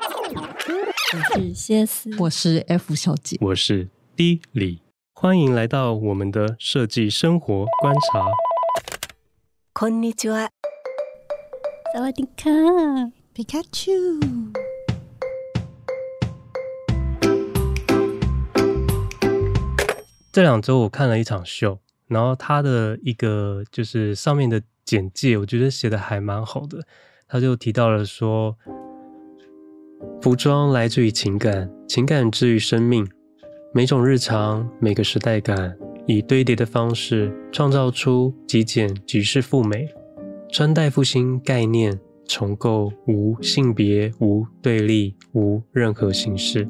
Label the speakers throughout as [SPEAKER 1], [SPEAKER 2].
[SPEAKER 1] 我是谢思，
[SPEAKER 2] 我是 F 小姐，
[SPEAKER 3] 我是 D 李，欢迎来到我们的设计生活观察。
[SPEAKER 4] こんにちは。
[SPEAKER 1] 萨瓦迪卡，
[SPEAKER 2] 皮卡丘。
[SPEAKER 3] 这两周我看了一场秀，然后它的一个就是上面的简介，我觉得写的还蛮好的。他就提到了说，服装来自于情感，情感之于生命，每种日常，每个时代感，以堆叠的方式创造出极简举世复美。穿戴复兴概念重构无性别、无对立、无任何形式。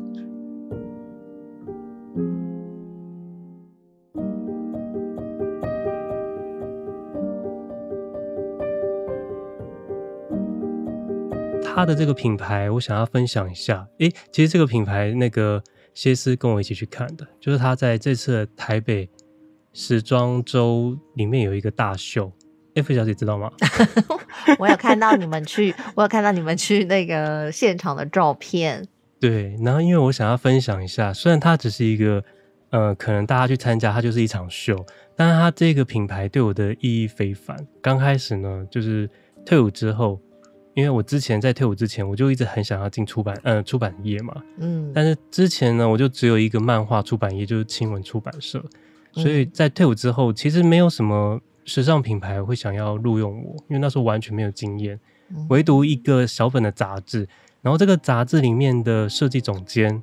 [SPEAKER 3] 它的这个品牌，我想要分享一下。诶，其实这个品牌那个歇斯跟我一起去看的，就是他在这次的台北时装周里面有一个大秀。F 小姐知道吗？
[SPEAKER 5] 我有看到你们去，我有看到你们去那个现场的照片。
[SPEAKER 3] 对，然后因为我想要分享一下，虽然它只是一个，呃，可能大家去参加它就是一场秀，但是它这个品牌对我的意义非凡。刚开始呢，就是退伍之后，因为我之前在退伍之前，我就一直很想要进出版，呃，出版业嘛。
[SPEAKER 5] 嗯，
[SPEAKER 3] 但是之前呢，我就只有一个漫画出版业，就是青文出版社，所
[SPEAKER 5] 嗯
[SPEAKER 3] 以在退伍之后，其实没有什么时尚品牌会想要录用我，因为那时候完全没有经验。
[SPEAKER 5] 嗯
[SPEAKER 3] 唯独一个小本的杂志，然后这个杂志里面的设计总监，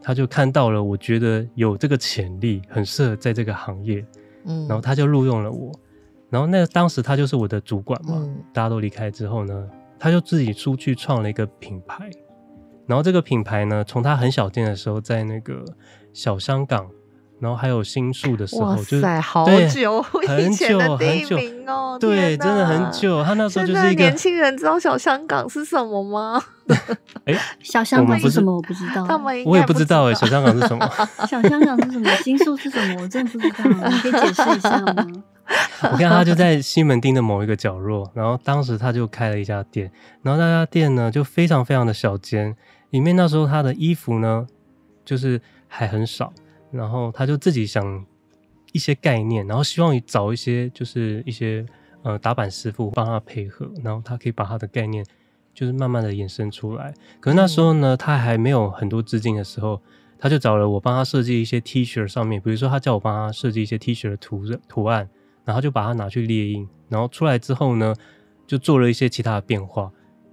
[SPEAKER 3] 他就看到了，我觉得有这个潜力，很适合在这个行业，
[SPEAKER 5] 嗯
[SPEAKER 3] 然后他就录用了我。然后那当时他就是我的主管嘛，
[SPEAKER 5] 嗯
[SPEAKER 3] 大家都离开之后呢，他就自己出去创了一个品牌。然后这个品牌呢，从他很小店的时候，在那个小香港，然后还有新宿的时候，
[SPEAKER 5] 哇
[SPEAKER 3] 就是
[SPEAKER 5] 塞，好
[SPEAKER 3] 对
[SPEAKER 5] 久以
[SPEAKER 3] 很
[SPEAKER 5] 前
[SPEAKER 3] 久
[SPEAKER 5] 的地
[SPEAKER 3] 很久
[SPEAKER 5] 名哦，
[SPEAKER 3] 对，
[SPEAKER 5] 天
[SPEAKER 3] 真的
[SPEAKER 5] 哪
[SPEAKER 3] 很。久。他那时候
[SPEAKER 5] 现
[SPEAKER 3] 就
[SPEAKER 5] 在
[SPEAKER 3] 是一个
[SPEAKER 5] 年轻人知道小香港是什么吗？
[SPEAKER 1] 小香
[SPEAKER 3] 我们
[SPEAKER 1] 港
[SPEAKER 3] 不
[SPEAKER 1] 是
[SPEAKER 3] 是
[SPEAKER 1] 什么？我不知道。
[SPEAKER 5] 他们应该
[SPEAKER 3] 我也
[SPEAKER 5] 不
[SPEAKER 3] 不知道哎、小香港是 什么？
[SPEAKER 1] 小香港是什么？星宿是什么？ 我真的不知道，你可以解释一下吗？
[SPEAKER 3] 我看他就在西门町的某一个角落，然后当时他就开了一家店，然后那家店呢就非常非常的小间，里面那时候他的衣服呢就是还很少，然后他就自己想一些概念，然后希望找一些就是一些呃打板师傅帮他配合，然后他可以把他的概念就是慢慢的衍生出来。可是那时候呢，他还没有很多资金的时候，他就找了我帮他设计一些 T 恤上面，比如说他叫我帮他设计一些 T 恤的图图案，然后就把它拿去列印，然后出来之后呢，就做了一些其他的变化。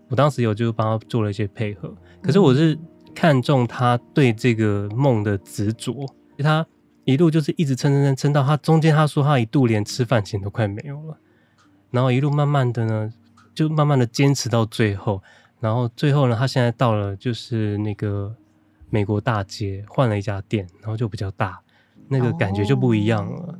[SPEAKER 3] 我当时有就帮他做了一些配合，可是
[SPEAKER 5] 嗯
[SPEAKER 3] 我是看中他对这个梦的执着，他一路就是一直撑撑撑撑到他中间，他说他一度连吃饭钱都快没有了，然后一路慢慢的呢，就慢慢的坚持到最后，然后最后呢，他现在到了就是那个美国大街换了一家店，然后就比较大，那个感觉就不一样了。
[SPEAKER 5] 哦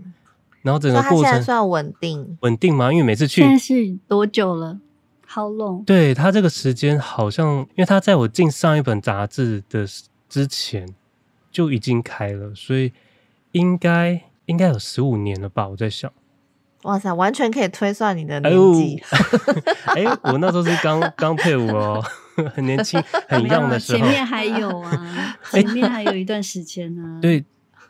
[SPEAKER 3] 然后整
[SPEAKER 5] 那
[SPEAKER 3] 个
[SPEAKER 5] 他
[SPEAKER 3] 过
[SPEAKER 5] 现在
[SPEAKER 3] 程
[SPEAKER 5] 算稳定，
[SPEAKER 3] 稳定吗？因为每次 去
[SPEAKER 1] 现在是多久了？How long？
[SPEAKER 3] 对他这个时间好像，因为他在我进上一本杂志的之前就已经开了，所以应该应该有十五年了吧？我在想，
[SPEAKER 5] 哇塞，完全可以推算你的
[SPEAKER 3] 哎
[SPEAKER 5] 年
[SPEAKER 3] 呦
[SPEAKER 5] 纪。，
[SPEAKER 3] 哎，我那时候是刚刚退伍哦， 很年轻， 很
[SPEAKER 1] 没有
[SPEAKER 3] young
[SPEAKER 1] 啊
[SPEAKER 3] 的时
[SPEAKER 1] 前
[SPEAKER 3] 候。哎
[SPEAKER 1] 面还有 啊，前面还有一段时间呢、啊。，
[SPEAKER 3] 对，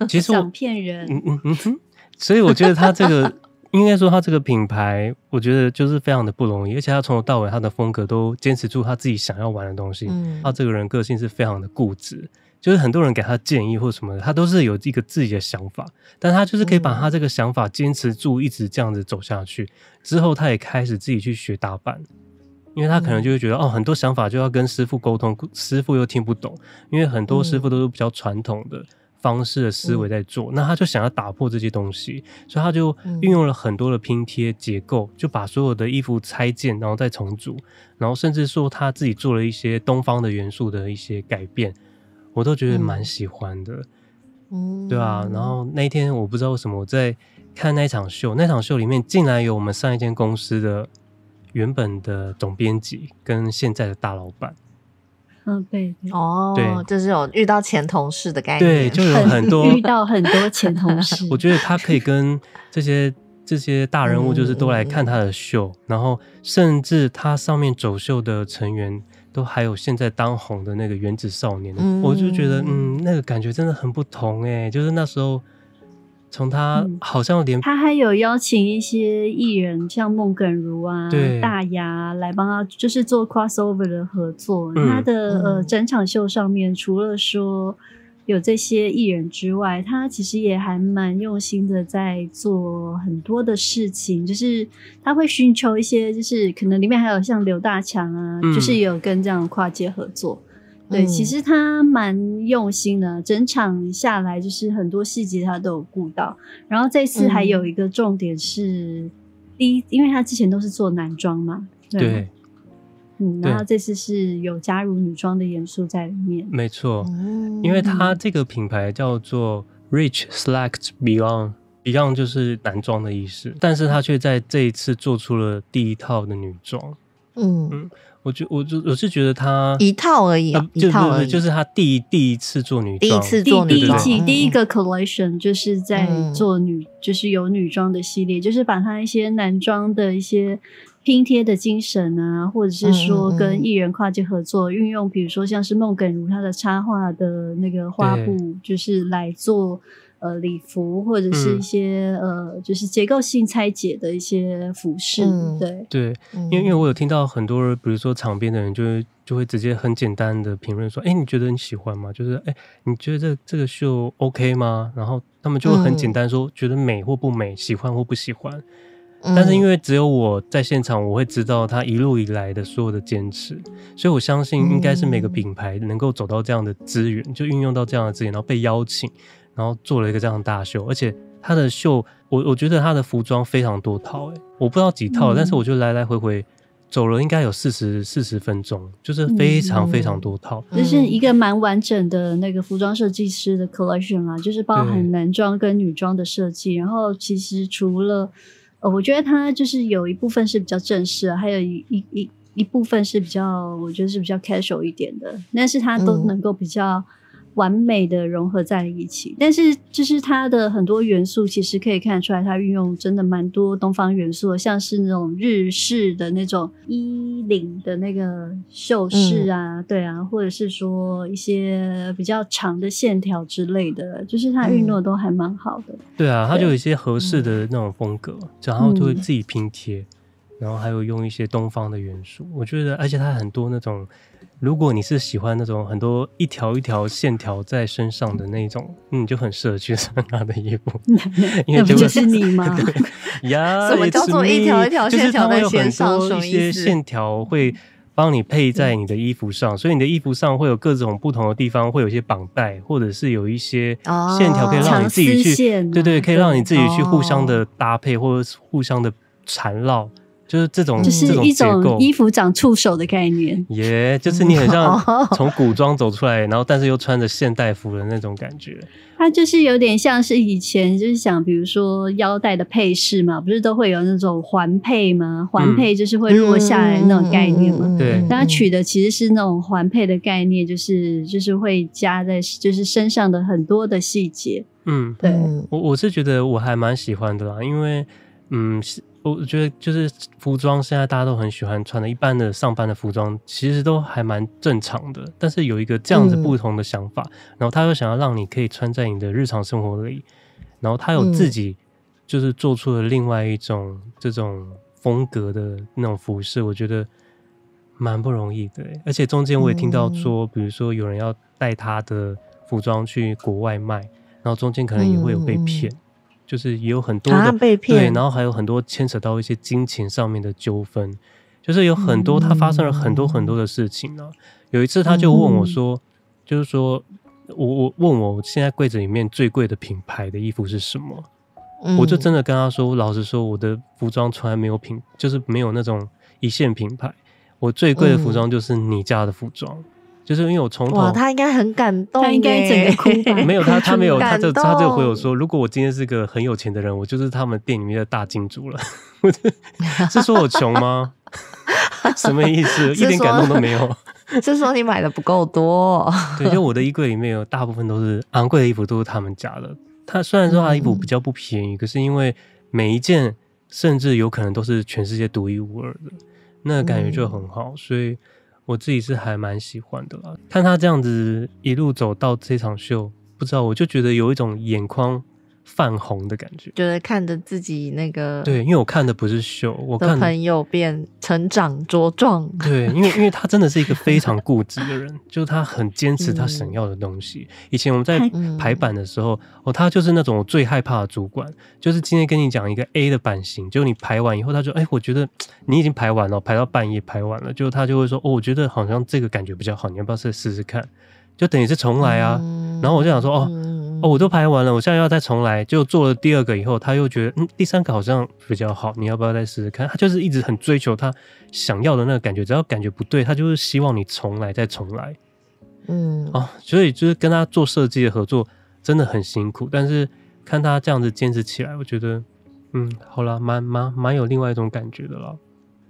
[SPEAKER 3] 其实
[SPEAKER 1] 想
[SPEAKER 3] 我，
[SPEAKER 1] 骗人。
[SPEAKER 3] 嗯嗯嗯哼，所以我觉得他这个应该说他这个品牌，我觉得就是非常的不容易，而且他从头到尾他的风格都坚持住他自己想要玩的东西。
[SPEAKER 5] 嗯
[SPEAKER 3] 他这个人个性是非常的固执，就是很多人给他建议或什么的，他都是有一个自己的想法，但他就是可以把他这个想法坚持住，一直这样子走下去。之后他也开始自己去学打扮，因为他可能就会觉得、哦，很多想法就要跟师傅沟通，师傅又听不懂，因为很多师傅都是比较传统的。方式的思维在做，那他就想要打破这些东西，所以他就运用了很多的拼贴结构，就把所有的衣服拆件，然后再重组，然后甚至说他自己做了一些东方的元素的一些改变，我都觉得蛮喜欢的，
[SPEAKER 5] 嗯
[SPEAKER 3] 对啊。然后那一天我不知道为什么我在看那场秀，那场秀里面竟然有我们上一间公司的原本的总编辑跟现在的大老板，
[SPEAKER 1] 嗯，对，对
[SPEAKER 5] 哦
[SPEAKER 3] 对，
[SPEAKER 5] 就是有遇到前同事的概念，
[SPEAKER 3] 对，就有很多 。
[SPEAKER 5] 嗯
[SPEAKER 1] 遇到很多前同事
[SPEAKER 3] 我觉得他可以跟这些这些大人物就是都来看他的秀，然后甚至他上面走秀的成员都还有现在当红的那个原子少年，
[SPEAKER 5] 嗯
[SPEAKER 3] 我就觉得嗯，那个感觉真的很不同哎、就是那时候从他
[SPEAKER 1] 嗯
[SPEAKER 3] 好像连、
[SPEAKER 1] 他还有邀请一些艺人，像孟耿如啊
[SPEAKER 3] 对、
[SPEAKER 1] 大牙来帮他，就是做 crossover 的合作。
[SPEAKER 3] 嗯
[SPEAKER 1] 他的呃
[SPEAKER 5] 嗯
[SPEAKER 1] 整场秀上面，除了说有这些艺人之外，他其实也还蛮用心的在做很多的事情，就是他会寻求一些，就是可能里面还有像刘大强啊，
[SPEAKER 3] 嗯
[SPEAKER 1] 就是也有跟这样跨界合作。对，
[SPEAKER 5] 嗯
[SPEAKER 1] 其实他蛮用心的，整场下来就是很多细节他都有顾到。然后这次还有一个重点是，第一，因为他之前都是做男装嘛，吗
[SPEAKER 3] 对，
[SPEAKER 1] 嗯，
[SPEAKER 3] 对
[SPEAKER 1] 然后这次是有加入女装的元素在里面，
[SPEAKER 3] 没错，
[SPEAKER 5] 嗯
[SPEAKER 3] 因为它这个品牌叫做 Rich Select Beyond。Beyond 就是男装的意思，但是他却在这一次做出了第一套的女装。
[SPEAKER 5] 嗯
[SPEAKER 3] 我觉我就我是觉得他
[SPEAKER 5] 一套而已啊，
[SPEAKER 3] 就
[SPEAKER 5] 一套
[SPEAKER 3] 不
[SPEAKER 5] 而
[SPEAKER 3] 是
[SPEAKER 5] 已，
[SPEAKER 3] 就是他第一第一次做女装，
[SPEAKER 5] 第一次
[SPEAKER 1] 第
[SPEAKER 5] 做
[SPEAKER 1] 第
[SPEAKER 5] 女
[SPEAKER 1] 一
[SPEAKER 5] 装，
[SPEAKER 1] 季
[SPEAKER 5] 嗯
[SPEAKER 1] 第一个 collection 就是在
[SPEAKER 5] 嗯
[SPEAKER 1] 做女，就是有女装的系列，就是把它一些男装的一些拼贴的精神啊，或者是说
[SPEAKER 5] 嗯嗯嗯
[SPEAKER 1] 跟艺人跨界合作，运用比如说像是孟耿如她的插画的那个花布，就是来做。呃，礼服或者是一些、呃，就是结构性拆解的一些服饰，
[SPEAKER 5] 嗯
[SPEAKER 1] 对，
[SPEAKER 3] 对，
[SPEAKER 5] 嗯
[SPEAKER 3] 因为因为我有听到很多人，比如说场边的人就会就会直接很简单的评论说，哎，你觉得你喜欢吗？就是哎，你觉得这这个秀 OK 吗？然后他们就
[SPEAKER 5] 嗯
[SPEAKER 3] 会很简单说，觉得美或不美，喜欢或不喜欢。
[SPEAKER 5] 嗯
[SPEAKER 3] 但是因为只有我在现场，我会知道他一路以来的所有的坚持，所以我相信应该是每个品牌能够走到这样的资源，就运用到这样的资源，然后被邀请，然后做了一个这样的大秀，而且他的秀，我我觉得他的服装非常多套、欸，我不知道几
[SPEAKER 1] 嗯
[SPEAKER 3] 套，但是我就来来回回走了应该有四十四十分钟，就是非常非常多套，
[SPEAKER 5] 嗯
[SPEAKER 1] 就是一个蛮完整的那个服装设计师的 collection 啦，就是包
[SPEAKER 3] 对
[SPEAKER 1] 含男装跟女装的设计。然后其实除了，呃，我觉得它就是有一部分是比较正式啊，还有一一一一部分是比较，我觉得是比较 casual 一点的，但是它都
[SPEAKER 5] 嗯
[SPEAKER 1] 能够比较。完美的融合在一起，但是就是它的很多元素，其实可以看得出来，它运用真的蛮多东方元素的，像是那种日式的那种衣领的那个袖饰啊，对啊，或者是说一些比较长的线条之类的，就是它
[SPEAKER 5] 嗯
[SPEAKER 1] 运用的都还蛮好的。
[SPEAKER 3] 对啊，它就有一些合适的那种风格，然后就会自己拼
[SPEAKER 1] 嗯
[SPEAKER 3] 贴，然后还有用一些东方的元素。我觉得，而且它很多那种，如果你是喜欢那种很多一条一条线条在身上的那种，嗯，你就很适合去穿它的衣 服，因为
[SPEAKER 1] 那不
[SPEAKER 3] 会
[SPEAKER 1] 就是你 吗？
[SPEAKER 3] 呀，
[SPEAKER 5] 什么叫做一条一条
[SPEAKER 3] it's me 就是
[SPEAKER 5] 线条
[SPEAKER 3] 它会
[SPEAKER 5] 在
[SPEAKER 3] 有很
[SPEAKER 5] 线上
[SPEAKER 3] 多
[SPEAKER 5] 什么
[SPEAKER 3] 一
[SPEAKER 5] 意
[SPEAKER 3] 些
[SPEAKER 5] 思
[SPEAKER 3] 线条会帮你配在
[SPEAKER 1] 嗯
[SPEAKER 3] 你的衣服上，所以你的衣服上会有各种不同的地方，会有一些绑带，或者是有一些
[SPEAKER 5] 哦
[SPEAKER 3] 线条可以让你自己
[SPEAKER 1] 长丝
[SPEAKER 3] 去，
[SPEAKER 1] 线啊
[SPEAKER 3] 对对，可以让你自己去
[SPEAKER 5] 哦
[SPEAKER 3] 互相的搭配，或者是互相的缠绕，就是这种
[SPEAKER 5] 嗯
[SPEAKER 1] 就
[SPEAKER 3] 这
[SPEAKER 1] 是一
[SPEAKER 3] 结构
[SPEAKER 1] 种。衣服长触手的概念。
[SPEAKER 3] 耶就是你很像
[SPEAKER 5] 哦
[SPEAKER 3] 从古装走出来，然后但是又穿着现代服的那种感觉。
[SPEAKER 1] 它就是有点像是以前就是想，比如说腰带的配饰嘛，不是都会有那种环配吗？环配就是会落下来那种概念嘛。
[SPEAKER 5] 嗯嗯嗯嗯嗯
[SPEAKER 3] 对
[SPEAKER 1] 但它取的其实是那种环配的概念，就是就是会加在就是身上的很多的细节。
[SPEAKER 3] 嗯，
[SPEAKER 1] 对，
[SPEAKER 5] 嗯
[SPEAKER 3] 我我是觉得我还蛮喜欢的啦，因为嗯，是我觉得就是服装现在大家都很喜欢穿的，一般的上班的服装其实都还蛮正常的，但是有一个这样子
[SPEAKER 5] 嗯
[SPEAKER 3] 不同的想法，然后他又想要让你可以穿在你的日常生活里，然后他有自
[SPEAKER 5] 嗯
[SPEAKER 3] 己就是做出了另外一种这种风格的那种服饰，我觉得蛮不容易的欸。而且中间我也听到
[SPEAKER 5] 嗯
[SPEAKER 3] 说，比如说有人要带他的服装去国外卖，然后中间可能也会有被
[SPEAKER 5] 嗯嗯嗯
[SPEAKER 3] 骗，就是也有很多的、
[SPEAKER 5] 啊
[SPEAKER 3] 对，
[SPEAKER 5] 被骗
[SPEAKER 3] 然后还有很多牵扯到一些金钱上面的纠纷，就是有很多他发生了很多很多的事情呢、有一次他就问我
[SPEAKER 5] 嗯
[SPEAKER 3] 说，就是说我我问我现在柜子里面最贵的品牌的衣服是什么？
[SPEAKER 5] 嗯
[SPEAKER 3] 我就真的跟他说，老实说，我的服装从来没有品，就是没有那种一线品牌。我最贵的服装就是你家的服装，就是因为我从
[SPEAKER 5] 嗯
[SPEAKER 3] 头
[SPEAKER 5] 哇，他应该很感动耶，
[SPEAKER 1] 他应该整个哭 吧
[SPEAKER 3] 没有他，他没有，他
[SPEAKER 5] 感
[SPEAKER 3] 就
[SPEAKER 5] 动
[SPEAKER 3] 他就回我说，如果我今天是个很有钱的人，我就是他们店里面的大金主了。 我就是说我穷 吗？什么意思？一
[SPEAKER 5] 是
[SPEAKER 3] 点感动
[SPEAKER 5] 说
[SPEAKER 3] 都没有。
[SPEAKER 5] 是说你买的不够多，
[SPEAKER 3] 对，就我的衣柜里面有
[SPEAKER 5] 嗯
[SPEAKER 3] 大部分都是昂贵的衣服，都是他们家的。他虽然说他的衣服比较不便宜，可是因为每一件甚至有可能都是全世界独一无二的，那感觉就很
[SPEAKER 5] 嗯
[SPEAKER 3] 好，所以我自己是还蛮喜欢的啦。看他这样子一路走到这场秀，不知道我就觉得有一种眼眶泛红的感觉。
[SPEAKER 5] 觉得看着自己那个
[SPEAKER 3] 对，因为我看的不是秀，我
[SPEAKER 5] 的
[SPEAKER 3] 看
[SPEAKER 5] 朋友变成长茁壮，
[SPEAKER 3] 对，因为因为他真的是一个非常固执的人，就是他很坚持他想要的东西。以前我们在
[SPEAKER 5] 嗯
[SPEAKER 3] 排版的时候，哦，他就是那种我最害怕的主管，就是今天跟你讲一个 A 的版型，就你排完以后，他就哎，我觉得嘖你已经排完了，排到半夜排完了，就他就会说，哦，我觉得好像这个感觉比较好，你要不要再试试看？就等于是重来啊。
[SPEAKER 5] 嗯
[SPEAKER 3] 然后我就想说，哦，
[SPEAKER 5] 嗯
[SPEAKER 3] 哦，我都排完了，我现在要再重来。就做了第二个以后，他又觉得，嗯，第三个好像比较好，你要不要再试试看？他就是一直很追求他想要的那个感觉，只要感觉不对，他就是希望你重来再重来
[SPEAKER 5] 嗯
[SPEAKER 3] 哦。所以就是跟他做设计的合作真的很辛苦，但是看他这样子坚持起来，我觉得，嗯，好啦，蛮蛮蛮有另外一种感觉的啦。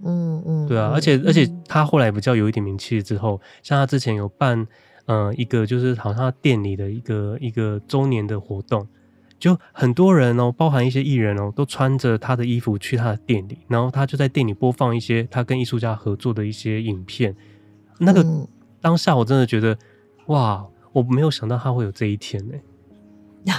[SPEAKER 5] 嗯嗯，
[SPEAKER 3] 对啊，
[SPEAKER 5] 嗯
[SPEAKER 3] 而且而且
[SPEAKER 5] 嗯
[SPEAKER 3] 他后来比较有一点名气之后，像他之前有办呃一个就是好像他店里的一个一个周年的活动，就很多人哦，包含一些艺人哦，都穿着他的衣服去他的店里，然后他就在店里播放一些他跟艺术家合作的一些影片。那个
[SPEAKER 5] 嗯
[SPEAKER 3] 当下我真的觉得哇，我没有想到他会有这一天欸呢、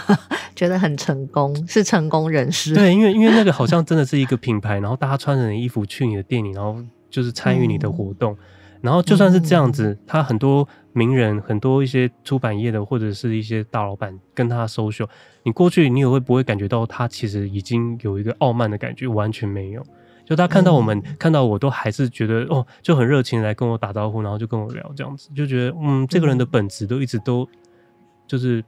[SPEAKER 5] 觉得很成功，是成功人士，
[SPEAKER 3] 对，因为因为那个好像真的是一个品牌，然后大家穿着你的衣服去你的店里，然后就是参与你的活动。然后就算是这样子，他很多名人、很多一些出版业的或者是一些大老板跟他 social，你过去你也会不会感觉到他其实已经有一个傲慢的感觉？完全没有。就他看到我们，看到我都还是觉得哦，就很热情地来跟我打招呼，然后就跟我聊这样子，就觉得嗯，这个人的本质都一直都就是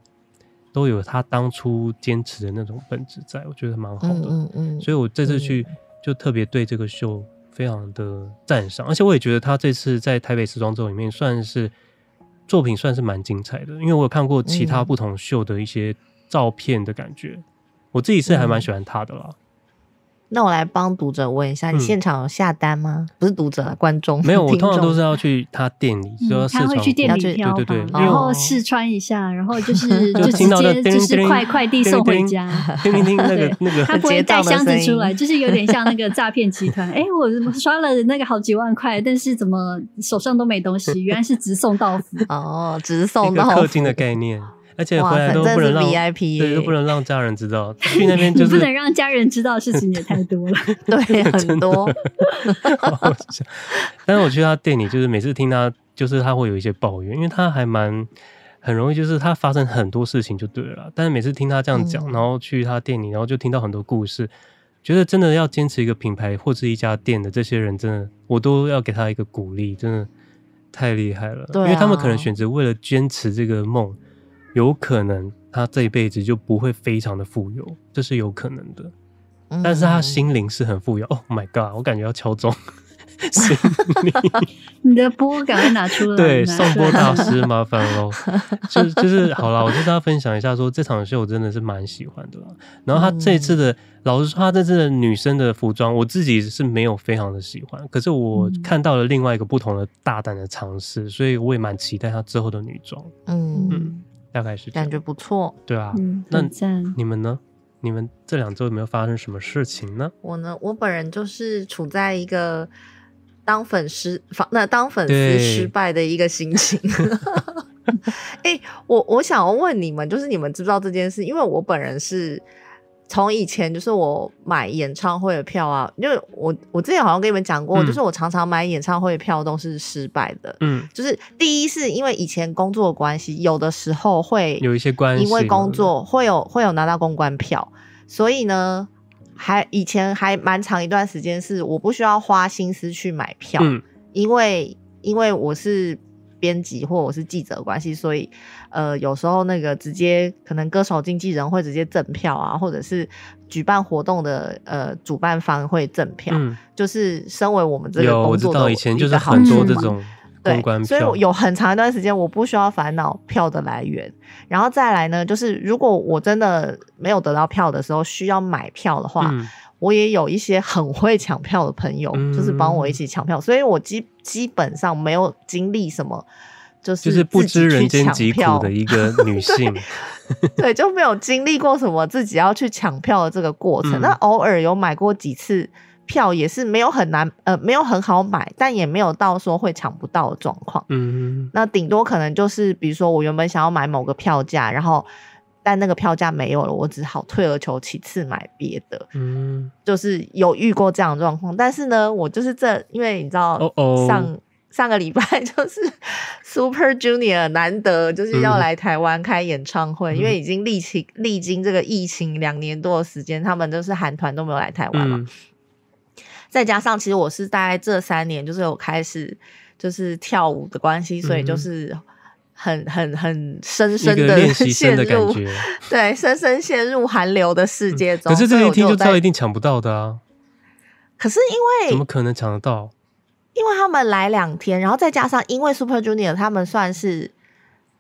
[SPEAKER 3] 都有他当初坚持的那种本质在，我觉得蛮好
[SPEAKER 5] 嗯
[SPEAKER 3] 的。
[SPEAKER 5] 嗯嗯，
[SPEAKER 3] 所以我这次去就特别对这个秀非常的赞赏，而且我也觉得他这次在台北时装周里面算是作品算是蛮精彩的，因为我有看过其他
[SPEAKER 5] 嗯
[SPEAKER 3] 不同秀的一些照片的感觉，我自己是
[SPEAKER 5] 嗯
[SPEAKER 3] 还蛮喜欢他的啦。
[SPEAKER 5] 那我来帮读者问一下，
[SPEAKER 3] 嗯
[SPEAKER 5] 你现场有下单吗？不是读者啦，观 众
[SPEAKER 3] 没有，我
[SPEAKER 5] 听众
[SPEAKER 3] 通常都是要去他店里，就要
[SPEAKER 1] 嗯
[SPEAKER 3] 试
[SPEAKER 1] 他会
[SPEAKER 3] 穿
[SPEAKER 1] 去店
[SPEAKER 5] 要去
[SPEAKER 1] 里挑
[SPEAKER 3] 对
[SPEAKER 1] 吧
[SPEAKER 3] 对对，
[SPEAKER 1] 然后
[SPEAKER 5] 哦
[SPEAKER 1] 试穿一下，然后就是就直
[SPEAKER 3] 听到的
[SPEAKER 1] 接就是快快递送回家。
[SPEAKER 3] 叮叮叮那 个那
[SPEAKER 1] 他
[SPEAKER 3] 个，
[SPEAKER 1] 不会带箱子出来，
[SPEAKER 5] 很
[SPEAKER 1] 就是有点像那个诈骗集 团。哎、我怎么刷了那个好几万块，但是怎么手上都没东西？原来是直送到府。
[SPEAKER 5] 哦，只是
[SPEAKER 3] 一
[SPEAKER 5] 送
[SPEAKER 3] 个
[SPEAKER 5] 到
[SPEAKER 3] 氪金的 概念，而且
[SPEAKER 5] 哇
[SPEAKER 3] 回来都
[SPEAKER 5] 真
[SPEAKER 3] 不
[SPEAKER 5] 是
[SPEAKER 3] 能让
[SPEAKER 5] VIP
[SPEAKER 3] 对，
[SPEAKER 5] 耶
[SPEAKER 3] 都不能让家人知道，去那 边
[SPEAKER 1] 你
[SPEAKER 3] 就
[SPEAKER 1] 不
[SPEAKER 3] 是
[SPEAKER 1] 能让家人知道的事情也太多了。
[SPEAKER 5] 对很多，
[SPEAKER 3] 好好笑但是我去他店里，就是每次听他，就是他会有一些抱怨，因为他还蛮很容易，就是他发生很多事情就对了啦。但是每次听他这样讲，
[SPEAKER 5] 嗯
[SPEAKER 3] 然后去他店里，然后就听到很多故事，觉得真的要坚持一个品牌或是一家店的这些人，真的我都要给他一个鼓励，真的太厉害了。
[SPEAKER 5] 对啊
[SPEAKER 3] 因为他们可能选择为了坚持这个梦，有可能他这一辈子就不会非常的富有，这是有可能的。
[SPEAKER 5] 嗯
[SPEAKER 3] 但是他
[SPEAKER 5] 行，
[SPEAKER 3] 心灵是很富有。Oh my god！我感觉要敲钟。心灵
[SPEAKER 1] 你的波赶快拿出来。
[SPEAKER 3] 对
[SPEAKER 1] 拿
[SPEAKER 3] 送
[SPEAKER 1] 出
[SPEAKER 3] 波
[SPEAKER 1] 来
[SPEAKER 3] 大师麻烦喽，就就是好啦，我就跟大家分享一下说，这场秀我真的是蛮喜欢的啦。然后
[SPEAKER 5] 嗯
[SPEAKER 3] 他这次的，老实说，他这次的女生的服装，我自己是没有非常的喜欢，可是我
[SPEAKER 1] 嗯
[SPEAKER 3] 看到了另外一个不同的大胆的尝试，所以我也蛮期待他之后的女装，
[SPEAKER 5] 嗯，
[SPEAKER 1] 嗯
[SPEAKER 3] 大概是这样
[SPEAKER 5] 感觉不错。
[SPEAKER 3] 对啊。
[SPEAKER 1] 嗯，
[SPEAKER 3] 那
[SPEAKER 1] 很赞。
[SPEAKER 3] 你们呢？你们这两周有没有发生什么事情呢？
[SPEAKER 5] 我呢，我本人就是处在一个当粉丝，反那当粉
[SPEAKER 3] 对
[SPEAKER 5] 丝失败的一个心情。 哎、我我想要问你们，就是你们知不知道这件事？因为我本人是从以前就是我买演唱会的票啊，因为我我之前好像跟你们讲过，
[SPEAKER 3] 嗯
[SPEAKER 5] 就是我常常买演唱会的票都是失败的。
[SPEAKER 3] 嗯，
[SPEAKER 5] 就是第一是因为以前工作的关系，有的时候会
[SPEAKER 3] 有一些关系，
[SPEAKER 5] 因为工，作会有会有拿到公关票，所以呢，还以前还蛮长一段时间是我不需要花心思去买票，
[SPEAKER 3] 嗯，
[SPEAKER 5] 因为因为我是编辑或我是记者的关系，所以呃有时候那个直接可能歌手经纪人会直接赠票啊，或者是举办活动的呃主办方会赠票，
[SPEAKER 3] 嗯，
[SPEAKER 5] 就是身为我们这个
[SPEAKER 3] 有我
[SPEAKER 5] 工
[SPEAKER 3] 知
[SPEAKER 5] 作的
[SPEAKER 3] 道以前就是
[SPEAKER 5] 一个好
[SPEAKER 3] 很多
[SPEAKER 5] 处嘛
[SPEAKER 3] 这种
[SPEAKER 5] 对
[SPEAKER 3] 公关，票，
[SPEAKER 5] 所以我有很长一段时间我不需要烦恼票的来源。然后再来呢，就是如果我真的没有得到票的时候需要买票的话，
[SPEAKER 3] 嗯
[SPEAKER 5] 我也有一些很会抢票的朋友，
[SPEAKER 3] 嗯
[SPEAKER 5] 就是帮我一起抢票，所以我基基本上没有经历什么就是
[SPEAKER 3] 就是不
[SPEAKER 5] 自己
[SPEAKER 3] 知
[SPEAKER 5] 去
[SPEAKER 3] 人间
[SPEAKER 5] 抢
[SPEAKER 3] 疾苦
[SPEAKER 5] 票
[SPEAKER 3] 的一个女性，
[SPEAKER 5] 对，就没有经历过什么自己要去抢票的这个过
[SPEAKER 3] 嗯
[SPEAKER 5] 程。那偶尔有买过几次票，也是没有很难，呃，没有很好买，但也没有到说会抢不到的状况。
[SPEAKER 3] 嗯，
[SPEAKER 5] 那顶多可能就是，比如说我原本想要买某个票价，然后但那个票价没有了，我只好退而求其次买别的。
[SPEAKER 3] 嗯，
[SPEAKER 5] 就是有遇过这样的状况，但是呢，我就是这，因为你知道，
[SPEAKER 3] 哦哦
[SPEAKER 5] 上上个礼拜 就是 Super Junior 难得就是要
[SPEAKER 3] 嗯
[SPEAKER 5] 来台湾开演唱会，
[SPEAKER 3] 嗯
[SPEAKER 5] 因为已经历经历经这个疫情两年多的时间，他们就是韩团都没有来台湾嘛。
[SPEAKER 3] 嗯，
[SPEAKER 5] 再加上其实我是大概这三年就是有开始就是跳舞的关系，所以就是很很很深
[SPEAKER 3] 嗯一
[SPEAKER 5] 深
[SPEAKER 3] 个
[SPEAKER 5] 的
[SPEAKER 3] 练习
[SPEAKER 5] 陷
[SPEAKER 3] 生的感
[SPEAKER 5] 入
[SPEAKER 3] 觉。嗯
[SPEAKER 5] 对深深陷入韩流的世界中。
[SPEAKER 3] 可是
[SPEAKER 5] 所以
[SPEAKER 3] 这一
[SPEAKER 5] 我就
[SPEAKER 3] 听
[SPEAKER 5] 有
[SPEAKER 3] 就知道
[SPEAKER 5] 在
[SPEAKER 3] 一定抢不到的啊，
[SPEAKER 5] 可是因为
[SPEAKER 3] 怎么可能抢得到？
[SPEAKER 5] 因为他们来两天，然后再加上因为 Super Junior 他们算是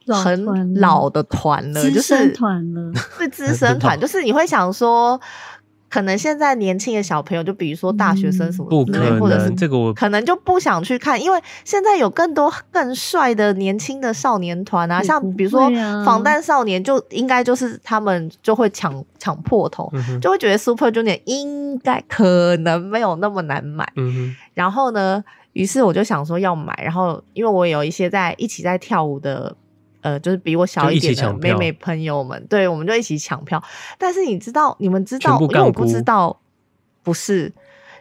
[SPEAKER 1] 老团了
[SPEAKER 5] 很老的团了，
[SPEAKER 1] 资
[SPEAKER 5] 就是
[SPEAKER 1] 深团了，
[SPEAKER 5] 是
[SPEAKER 3] 哎
[SPEAKER 5] 资深团，
[SPEAKER 3] 老
[SPEAKER 5] 就是你会想说，可能现在年轻的小朋友，就比如说大学生什么
[SPEAKER 3] 嗯不
[SPEAKER 5] 之
[SPEAKER 3] 可
[SPEAKER 5] 类，或者是
[SPEAKER 3] 能，这个我
[SPEAKER 5] 可能就不想去看，因为现在有更多更帅的年轻的少年团啊，
[SPEAKER 1] 也
[SPEAKER 5] 像
[SPEAKER 1] 不
[SPEAKER 5] 比如说
[SPEAKER 1] 会啊
[SPEAKER 5] 防弹少年，就应该就是他们就会抢抢破头，
[SPEAKER 3] 嗯哼，
[SPEAKER 5] 就会觉得 Super Junior 应该可能没有那么难买。
[SPEAKER 3] 嗯
[SPEAKER 5] 然后呢，于是我就想说要买，然后因为我有一些在一起在跳舞的，呃，就是比我小
[SPEAKER 3] 就一
[SPEAKER 5] 点
[SPEAKER 3] 起
[SPEAKER 5] 的
[SPEAKER 3] 抢
[SPEAKER 5] 妹
[SPEAKER 3] 票
[SPEAKER 5] 妹朋友们，对，我们就一起抢票。但是你知道，你们知道，
[SPEAKER 3] 全部
[SPEAKER 5] 因为我
[SPEAKER 3] 干
[SPEAKER 5] 不知
[SPEAKER 3] 部
[SPEAKER 5] 道，不是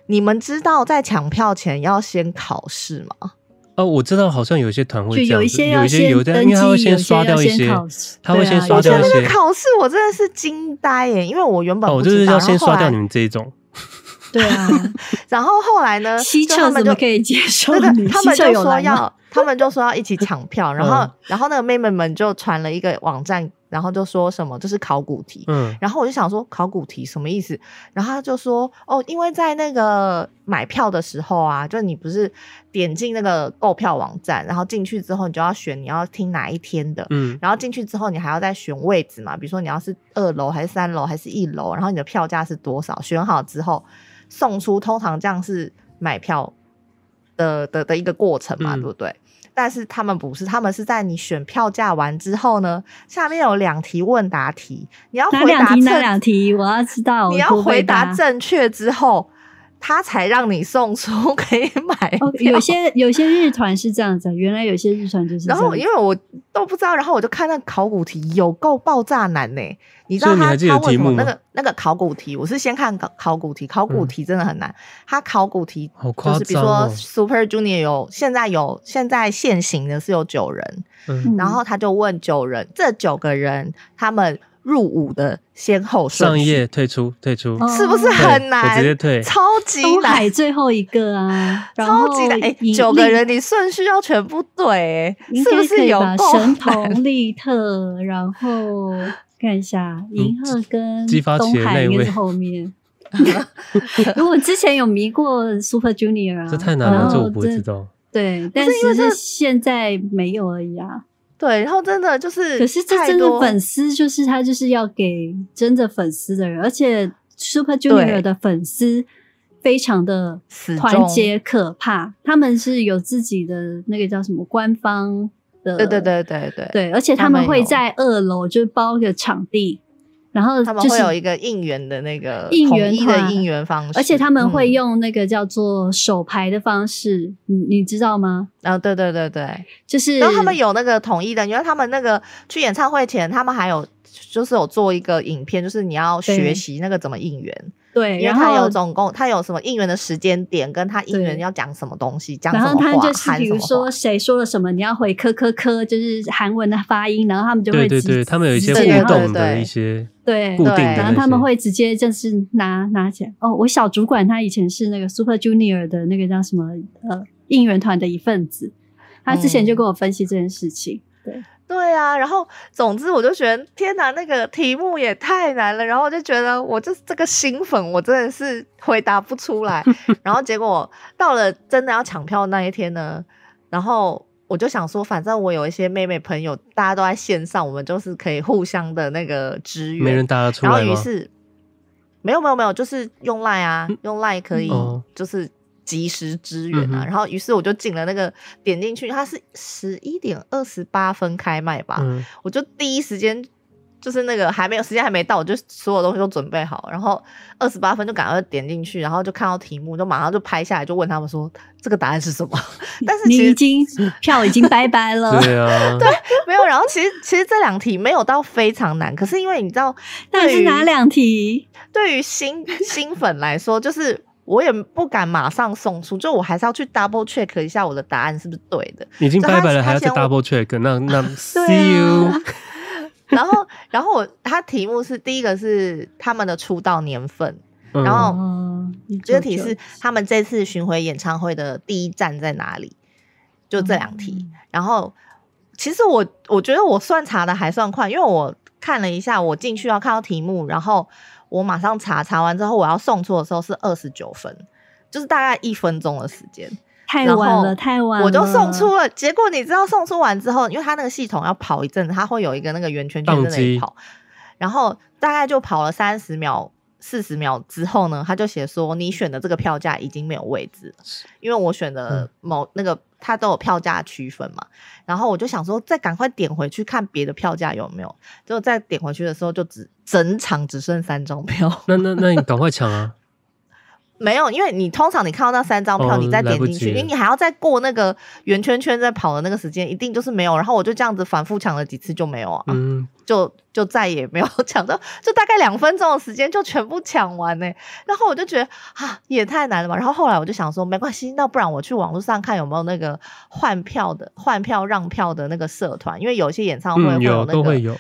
[SPEAKER 5] 你们知道在抢票前要先考试吗？
[SPEAKER 3] 哼，哦，我知道，好像有一些团会
[SPEAKER 1] 就
[SPEAKER 3] 这
[SPEAKER 1] 有
[SPEAKER 3] 样子，
[SPEAKER 1] 一些要
[SPEAKER 3] 有一些
[SPEAKER 1] 先
[SPEAKER 3] 有
[SPEAKER 1] 登
[SPEAKER 3] 的，因为他会
[SPEAKER 1] 记有些
[SPEAKER 3] 刷
[SPEAKER 1] 要
[SPEAKER 3] 掉一
[SPEAKER 1] 先
[SPEAKER 3] 些哦
[SPEAKER 1] 考试，
[SPEAKER 3] 他会
[SPEAKER 1] 对啊
[SPEAKER 3] 先刷
[SPEAKER 1] 有
[SPEAKER 5] 我觉
[SPEAKER 3] 掉
[SPEAKER 5] 得
[SPEAKER 3] 一
[SPEAKER 1] 些
[SPEAKER 5] 那
[SPEAKER 3] 些
[SPEAKER 5] 个。考试我真的是惊呆耶，因为我原本
[SPEAKER 3] 哦，
[SPEAKER 5] 不
[SPEAKER 3] 我就
[SPEAKER 5] 知
[SPEAKER 3] 是
[SPEAKER 5] 道，
[SPEAKER 3] 要
[SPEAKER 5] 然后
[SPEAKER 3] 先
[SPEAKER 5] 后
[SPEAKER 3] 刷掉
[SPEAKER 5] 来
[SPEAKER 3] 你们这一种，
[SPEAKER 1] 对啊，
[SPEAKER 5] 然后后来呢，
[SPEAKER 1] 西
[SPEAKER 5] 就
[SPEAKER 1] 澈
[SPEAKER 5] 他们
[SPEAKER 1] 怎
[SPEAKER 5] 就
[SPEAKER 1] 么可以接受
[SPEAKER 5] 对
[SPEAKER 1] 你？
[SPEAKER 5] 对，他们
[SPEAKER 1] 西澈
[SPEAKER 5] 就
[SPEAKER 1] 有
[SPEAKER 5] 说
[SPEAKER 1] 来吗
[SPEAKER 5] 要，他们就说要一起抢票，然后
[SPEAKER 3] 嗯
[SPEAKER 5] 然后那个妹妹们就传了一个网站，然后就说什么这是考古题，
[SPEAKER 3] 嗯，
[SPEAKER 5] 然后我就想说考古题什么意思，然后他就说哦，因为在那个买票的时候啊，就你不是点进那个购票网站，然后进去之后你就要选你要听哪一天的，
[SPEAKER 3] 嗯，
[SPEAKER 5] 然后进去之后，你还要再选位置嘛，比如说你要是二楼还是三楼还是一楼，然后你的票价是多少？选好之后送出，通常这样是买票的的的一个过程嘛，
[SPEAKER 3] 嗯
[SPEAKER 5] 对不对？但是他们不是，他们是在你选票价完之后呢，下面有两题问答题，你要
[SPEAKER 1] 哪
[SPEAKER 5] 回
[SPEAKER 1] 两
[SPEAKER 5] 答
[SPEAKER 1] 题？
[SPEAKER 5] 正，
[SPEAKER 1] 哪两题？我要知道。
[SPEAKER 5] 你
[SPEAKER 1] 我
[SPEAKER 5] 要
[SPEAKER 1] 多
[SPEAKER 5] 回答
[SPEAKER 1] 答
[SPEAKER 5] 正确之后，他才让你送出 可以买票。
[SPEAKER 1] 哦，有些有些日团是这样子啊，原来有些日团就是这
[SPEAKER 5] 然
[SPEAKER 1] 样
[SPEAKER 5] 后因为我都不知道，然后我就看那考古题有够爆炸难呢、你知道
[SPEAKER 3] 所以你
[SPEAKER 5] 他
[SPEAKER 3] 还记得
[SPEAKER 5] 他为
[SPEAKER 3] 题
[SPEAKER 5] 什么
[SPEAKER 3] 目
[SPEAKER 5] 那
[SPEAKER 3] 吗
[SPEAKER 5] 个那个考古题？我是先看考考古题，考古
[SPEAKER 3] 嗯
[SPEAKER 5] 题真的很难。他考古题
[SPEAKER 3] 好
[SPEAKER 5] 就
[SPEAKER 3] 夸
[SPEAKER 5] 是比如
[SPEAKER 3] 张
[SPEAKER 5] 说
[SPEAKER 3] 哦，
[SPEAKER 5] Super Junior 有现在有现在现行的是有九人，
[SPEAKER 3] 嗯，
[SPEAKER 5] 然后他就问九人这九个人他们入伍的先后顺
[SPEAKER 3] 上一
[SPEAKER 5] 序
[SPEAKER 3] 页退出退出，
[SPEAKER 1] 哦
[SPEAKER 5] 是不是
[SPEAKER 1] 对
[SPEAKER 5] 很
[SPEAKER 3] 我
[SPEAKER 5] 难？
[SPEAKER 3] 直接退
[SPEAKER 5] 超级
[SPEAKER 1] 东
[SPEAKER 5] 难
[SPEAKER 1] 海。最后一个啊，然
[SPEAKER 5] 超
[SPEAKER 1] 后
[SPEAKER 5] 级难！哎、
[SPEAKER 1] 以
[SPEAKER 5] 九个
[SPEAKER 1] 另
[SPEAKER 5] 人你顺序要全部对、欸，
[SPEAKER 1] 应
[SPEAKER 5] 是不
[SPEAKER 1] 该可
[SPEAKER 5] 是
[SPEAKER 1] 以
[SPEAKER 5] 有
[SPEAKER 1] 吧
[SPEAKER 5] 够
[SPEAKER 1] 神
[SPEAKER 5] 难？
[SPEAKER 1] 童利特，然 后看一下银赫跟
[SPEAKER 3] 激发
[SPEAKER 1] 东
[SPEAKER 3] 起了
[SPEAKER 1] 海
[SPEAKER 3] 那
[SPEAKER 1] 应该
[SPEAKER 3] 位
[SPEAKER 1] 是后 面。如果之前有迷过 Super Junior 啊，
[SPEAKER 3] 这太难了
[SPEAKER 1] 然，
[SPEAKER 3] 这
[SPEAKER 1] 后
[SPEAKER 3] 我不会知。道。
[SPEAKER 1] 对，但是是现在没有而已啊。
[SPEAKER 5] 对，然后真的就是，
[SPEAKER 1] 可是这真的粉丝就是他就是要给真的粉丝的人，而且 Super
[SPEAKER 5] 对
[SPEAKER 1] Junior 的粉丝非常的
[SPEAKER 5] 死
[SPEAKER 1] 团
[SPEAKER 5] 忠
[SPEAKER 1] 结可怕，他们是有自己的那个叫什么官方的，
[SPEAKER 5] 对对对对对，
[SPEAKER 1] 对，而且
[SPEAKER 5] 他
[SPEAKER 1] 他
[SPEAKER 5] 们
[SPEAKER 1] 们会
[SPEAKER 5] 有
[SPEAKER 1] 在二楼就是包一个场地，然后
[SPEAKER 5] 他们
[SPEAKER 1] 就是
[SPEAKER 5] 会有一个应援的那个
[SPEAKER 1] 应
[SPEAKER 5] 统
[SPEAKER 1] 援
[SPEAKER 5] 一的
[SPEAKER 1] 团
[SPEAKER 5] 应援方式，
[SPEAKER 1] 而且他们会
[SPEAKER 5] 嗯
[SPEAKER 1] 用那个叫做手牌的方式，你你知道吗？
[SPEAKER 5] 啊，对对对对，
[SPEAKER 1] 就是
[SPEAKER 5] 然后他们有那个统一的，因为他们那个去演唱会前，他们还有就是有做一个影片，就是你要学
[SPEAKER 1] 对
[SPEAKER 5] 习那个怎么应援，
[SPEAKER 1] 对，
[SPEAKER 5] 因为
[SPEAKER 1] 然
[SPEAKER 5] 他
[SPEAKER 1] 后
[SPEAKER 5] 有总共他有什么应援的时间点，跟他应援
[SPEAKER 1] 对
[SPEAKER 5] 要讲什么东西，讲什
[SPEAKER 1] 然
[SPEAKER 5] 么
[SPEAKER 1] 后他
[SPEAKER 5] 话，
[SPEAKER 1] 就是
[SPEAKER 5] 喊
[SPEAKER 1] 比
[SPEAKER 5] 什
[SPEAKER 1] 如
[SPEAKER 5] 么话
[SPEAKER 1] 说，谁说了什么，你要回科科科，就是韩文的发音，然后他们就会
[SPEAKER 3] 对对
[SPEAKER 1] 直
[SPEAKER 3] 对，他们有一些
[SPEAKER 1] 直接
[SPEAKER 3] 互动
[SPEAKER 5] 啊对对
[SPEAKER 3] 的
[SPEAKER 5] 对
[SPEAKER 3] 一些
[SPEAKER 1] 对
[SPEAKER 3] 固定
[SPEAKER 5] 对
[SPEAKER 3] 的那些，
[SPEAKER 1] 然后他们会直接就是拿拿起来。哦，我小主管他以前是那个 Super Junior 的那个叫什么呃应援团的一份子，他之
[SPEAKER 5] 哦
[SPEAKER 1] 前就跟我分析这件事情。
[SPEAKER 5] 对啊，然后总之我就觉得天哪，那个题目也太难了，然后我就觉得我这这个新粉，我真的是回答不出来。然后结果到了真的要抢票那一天呢，然后我就想说，反正我有一些妹妹朋友，大家都在线上，我们就是可以互相的那个支援。
[SPEAKER 3] 没人搭得出
[SPEAKER 5] 然后
[SPEAKER 3] 来
[SPEAKER 5] 于
[SPEAKER 3] 吗？
[SPEAKER 5] 是没有没有没有，就是用赖啊，用赖可以
[SPEAKER 3] 嗯哦
[SPEAKER 5] 就是及时支援
[SPEAKER 3] 嗯
[SPEAKER 5] 啊。
[SPEAKER 3] 哼
[SPEAKER 5] 然后于是我就进了那个点进去，它是十一点二十八分开卖吧，
[SPEAKER 3] 嗯，
[SPEAKER 5] 我就第一时间就是那个还没有时间还没到，我就所有东西都准备好，然后二十八分就赶快点进去，然后就看到题目，就马上就拍下来，就问他们说这个答案是什么。但是
[SPEAKER 1] 你
[SPEAKER 5] 其实
[SPEAKER 1] 已 经票已经拜拜了，
[SPEAKER 3] 对啊，
[SPEAKER 5] 没有，然后其实其实这两题没有到非常难，可是因为你知道，
[SPEAKER 1] 那
[SPEAKER 5] 对
[SPEAKER 1] 是
[SPEAKER 5] 于
[SPEAKER 1] 哪两题？
[SPEAKER 5] 对于新新粉来说，就是我也不敢马上送出，就我还是要去 double check 一下我的答案是不是对的。
[SPEAKER 3] 已经
[SPEAKER 5] 就
[SPEAKER 3] 拜
[SPEAKER 5] 他
[SPEAKER 3] 拜了，
[SPEAKER 5] 他啊
[SPEAKER 3] 还要再
[SPEAKER 5] 嫌我
[SPEAKER 3] double check，那 那 see
[SPEAKER 1] 对
[SPEAKER 3] you，
[SPEAKER 1] 啊
[SPEAKER 5] 然后，然后我他题目是第一个是他们的出道年份，
[SPEAKER 3] 嗯
[SPEAKER 5] 然后
[SPEAKER 1] 哦，你九
[SPEAKER 5] 这个题
[SPEAKER 1] 九
[SPEAKER 5] 是他们这次巡回演唱会的第一站在哪里，就这两题。然后其实我我觉得我算查的还算快，因为我看了一下，我进去要看到题目，然后我马上查，查完之后我要送出的时候是二十九分，就是大概一分钟的时间，
[SPEAKER 1] 太
[SPEAKER 5] 然
[SPEAKER 1] 晚
[SPEAKER 5] 后
[SPEAKER 1] 了，太晚了，
[SPEAKER 5] 我就送出了。结果你知道送出完之后，因为它那个系统要跑一阵子，它会有一个那个圆圈圈在那
[SPEAKER 3] 宕机
[SPEAKER 5] 里跑，然后大概就跑了三十秒。四十秒之后呢，他就写说你选的这个票价已经没有位置了，因为我选的
[SPEAKER 3] 嗯
[SPEAKER 5] 某那个它都有票价区分嘛，然后我就想说再赶快点回去看别的票价有没有，结果再点回去的时候就只整场只剩三张票，
[SPEAKER 3] 那那那你赶快抢 啊！
[SPEAKER 5] 没有，因为你通常你看到那三张票，
[SPEAKER 3] 哦
[SPEAKER 5] 你再
[SPEAKER 3] 来
[SPEAKER 5] 点
[SPEAKER 3] 不
[SPEAKER 5] 进去，
[SPEAKER 3] 及
[SPEAKER 5] 因
[SPEAKER 3] 了
[SPEAKER 5] 为你还要再过那个圆圈圈在跑的那个时间，一定就是没有。然后我就这样子反复抢了几次就没有啊，
[SPEAKER 3] 嗯，
[SPEAKER 5] 就就再也没有抢到， 就大概两分钟的时间就全部抢完呢、然后我就觉得啊，也太难了吧。然后后来我就想说，没关系，那不然我去网络上看有没有那个换票的、换票让票的那个社团，因为有一些演唱会
[SPEAKER 3] 嗯，
[SPEAKER 5] 会有
[SPEAKER 3] 有
[SPEAKER 5] 那个、
[SPEAKER 3] 都会有，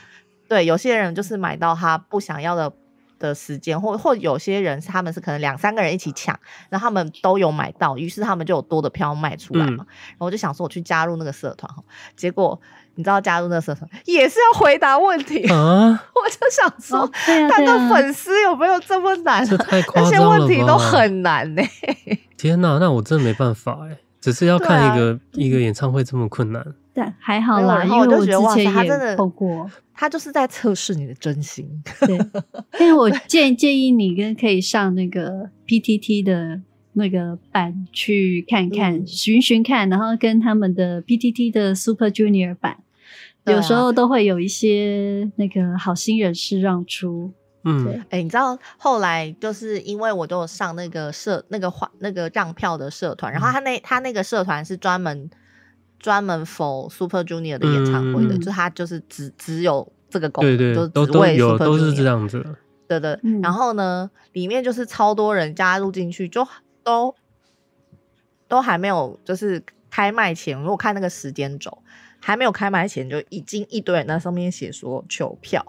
[SPEAKER 5] 对，有些人就是买到他不想要的的时间，或或有些人是他们是可能两三个人一起抢，然后他们都有买到，于是他们就有多的票卖出来
[SPEAKER 3] 嗯
[SPEAKER 5] 嘛。然后我就想说，我去加入那个社团哈，结果你知道加入那个社团也是要回答问题，
[SPEAKER 3] 啊，
[SPEAKER 5] 我就想说，
[SPEAKER 1] 哦，对啊，
[SPEAKER 5] 他
[SPEAKER 1] 对
[SPEAKER 5] 的
[SPEAKER 1] 啊，
[SPEAKER 5] 粉丝有没有这么难、
[SPEAKER 3] 这
[SPEAKER 5] 啊？
[SPEAKER 3] 太夸
[SPEAKER 5] 那些
[SPEAKER 3] 张了吧！
[SPEAKER 5] 问题都很难呢、
[SPEAKER 3] 天哪，那我真的没办法哎，只是要
[SPEAKER 5] 对
[SPEAKER 3] 看
[SPEAKER 5] 啊
[SPEAKER 3] 一个一个演唱会这么困 难，
[SPEAKER 1] 但还好
[SPEAKER 5] 没有
[SPEAKER 1] 啦，
[SPEAKER 5] 然
[SPEAKER 1] 因
[SPEAKER 5] 后我
[SPEAKER 1] 为
[SPEAKER 5] 就
[SPEAKER 1] 之
[SPEAKER 5] 觉得哇塞他
[SPEAKER 1] 前
[SPEAKER 5] 真
[SPEAKER 1] 也
[SPEAKER 5] 的
[SPEAKER 1] 碰过，
[SPEAKER 5] 他就是在测试你的真心。
[SPEAKER 1] 对，但是我建建议你跟可以上那个 PTT 的那个版去看看，
[SPEAKER 5] 嗯
[SPEAKER 1] 寻寻看，然后跟他们的 PTT 的 Super Junior 版，
[SPEAKER 5] 对啊
[SPEAKER 1] 有时候都会有一些那个好心人士让出，
[SPEAKER 3] 嗯
[SPEAKER 1] 对，
[SPEAKER 5] 哎、你知道后来就是因为我都有上那个社那个花那个让票的社团，然后他
[SPEAKER 3] 嗯
[SPEAKER 5] 那他那个社团是专门专门 for Super Junior 的演唱会的，
[SPEAKER 1] 嗯
[SPEAKER 5] 就是他就是只只有这个功
[SPEAKER 3] 对
[SPEAKER 5] 能，
[SPEAKER 3] 对
[SPEAKER 5] 就，是
[SPEAKER 3] 都
[SPEAKER 5] 只
[SPEAKER 3] 都
[SPEAKER 5] 为 Super
[SPEAKER 3] 有
[SPEAKER 5] Junior
[SPEAKER 3] 都是这样子，
[SPEAKER 5] 对对，
[SPEAKER 1] 嗯
[SPEAKER 5] 然后呢，里面就是超多人加入进去，就都都还没有就是开卖前，如果看那个时间轴，还没有开卖前就已经一堆人在上面写说求票，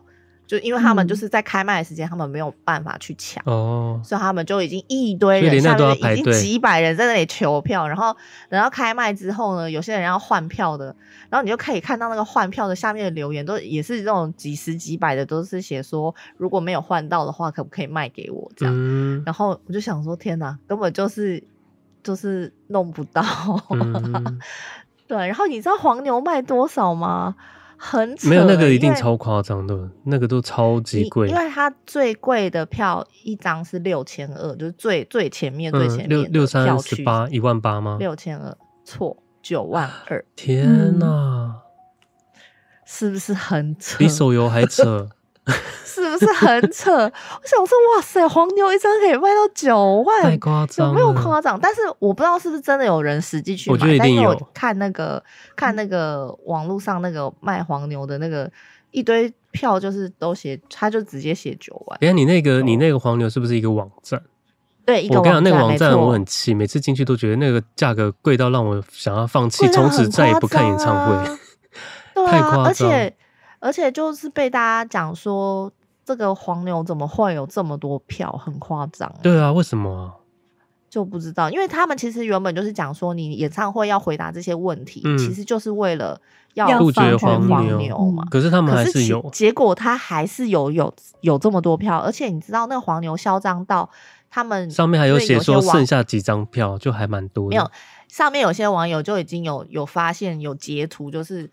[SPEAKER 5] 就因为他们
[SPEAKER 1] 嗯
[SPEAKER 5] 就是在开卖的时间，他们没有办法去抢。
[SPEAKER 3] 哦，
[SPEAKER 5] 所以他们就已经一堆
[SPEAKER 3] 所以
[SPEAKER 5] 人，
[SPEAKER 3] 连那
[SPEAKER 5] 下
[SPEAKER 3] 都要
[SPEAKER 5] 面
[SPEAKER 3] 排
[SPEAKER 5] 已经
[SPEAKER 3] 队
[SPEAKER 5] 几百人在那里求票，然后等到开卖之后呢，有些人要换票的，然后你就可以看到那个换票的下面的留言都也是这种几十几百的，都是写说如果没有换到的话，可不可以卖给我这样？
[SPEAKER 3] 嗯
[SPEAKER 5] 然后我就想说，天哪，根本就是就是弄不到。
[SPEAKER 3] 嗯，
[SPEAKER 5] 对，然后你知道黄牛卖多少吗？很扯
[SPEAKER 3] 没有那个
[SPEAKER 5] 欸
[SPEAKER 3] 一定
[SPEAKER 5] 因为
[SPEAKER 3] 超夸张的，那个都超级
[SPEAKER 5] 你
[SPEAKER 3] 贵
[SPEAKER 5] 因，为它最贵的票一张是六千二，就是最最前面最
[SPEAKER 3] 嗯，
[SPEAKER 5] 前面
[SPEAKER 3] 六
[SPEAKER 5] 的
[SPEAKER 3] 六
[SPEAKER 5] 票
[SPEAKER 3] 三
[SPEAKER 5] 区
[SPEAKER 3] 十八一万八吗？
[SPEAKER 5] 六千二，错，九万二，
[SPEAKER 3] 天
[SPEAKER 5] 嗯
[SPEAKER 3] 哪，
[SPEAKER 5] 是不是很扯？
[SPEAKER 3] 比手游还扯，
[SPEAKER 5] 是不是很扯？ 我想说，哇塞，黄牛一张可以卖到九
[SPEAKER 3] 太
[SPEAKER 5] 万，
[SPEAKER 3] 夸
[SPEAKER 5] 有
[SPEAKER 3] 张
[SPEAKER 5] 没有
[SPEAKER 3] 了
[SPEAKER 5] 夸。张？但是我不知道是不是真的有人实际去买，
[SPEAKER 3] 我觉得一
[SPEAKER 5] 但
[SPEAKER 3] 定
[SPEAKER 5] 因为
[SPEAKER 3] 有
[SPEAKER 5] 我看那个看那个网络上那个卖黄牛的那个一堆票，就是都写，他就直接写九万，
[SPEAKER 3] 等一下你那个你那个黄牛是不是一个网站？
[SPEAKER 5] 对，哦一个
[SPEAKER 3] 我跟你讲，那个网站
[SPEAKER 5] 没错
[SPEAKER 3] 我很气，每次进去都觉得那个价格贵到让我想要放弃，
[SPEAKER 5] 贵到
[SPEAKER 3] 从此
[SPEAKER 5] 很
[SPEAKER 3] 再也
[SPEAKER 5] 夸
[SPEAKER 3] 不看演
[SPEAKER 5] 张
[SPEAKER 3] 唱会
[SPEAKER 5] 啊。 对
[SPEAKER 3] 太
[SPEAKER 5] 啊，
[SPEAKER 3] 夸
[SPEAKER 5] 而
[SPEAKER 3] 张
[SPEAKER 5] 且而且就是被大家讲说，这个黄牛怎么会有这么多票，很夸张。，欸
[SPEAKER 3] 对啊，为什么啊？
[SPEAKER 5] 就不知道，因为他们其实原本就是讲说，你演唱会要回答这些问题，
[SPEAKER 3] 嗯
[SPEAKER 5] 其实就是为了要
[SPEAKER 1] 要
[SPEAKER 3] 杜
[SPEAKER 1] 防
[SPEAKER 3] 绝
[SPEAKER 1] 止
[SPEAKER 5] 黄
[SPEAKER 1] 黄
[SPEAKER 3] 牛
[SPEAKER 5] 牛嘛。
[SPEAKER 3] 可是他们
[SPEAKER 5] 可
[SPEAKER 3] 还
[SPEAKER 5] 是
[SPEAKER 3] 是
[SPEAKER 5] 其
[SPEAKER 3] 有，
[SPEAKER 5] 结果他还是有有有这么多票，而且你知道那个黄牛嚣张到他们
[SPEAKER 3] 上面还
[SPEAKER 5] 因
[SPEAKER 3] 有
[SPEAKER 5] 为有
[SPEAKER 3] 写
[SPEAKER 5] 些
[SPEAKER 3] 说
[SPEAKER 5] 网
[SPEAKER 3] 剩下几张票，就还蛮多的。
[SPEAKER 5] 没有，上面有些网友就已经有有发现有截图，就是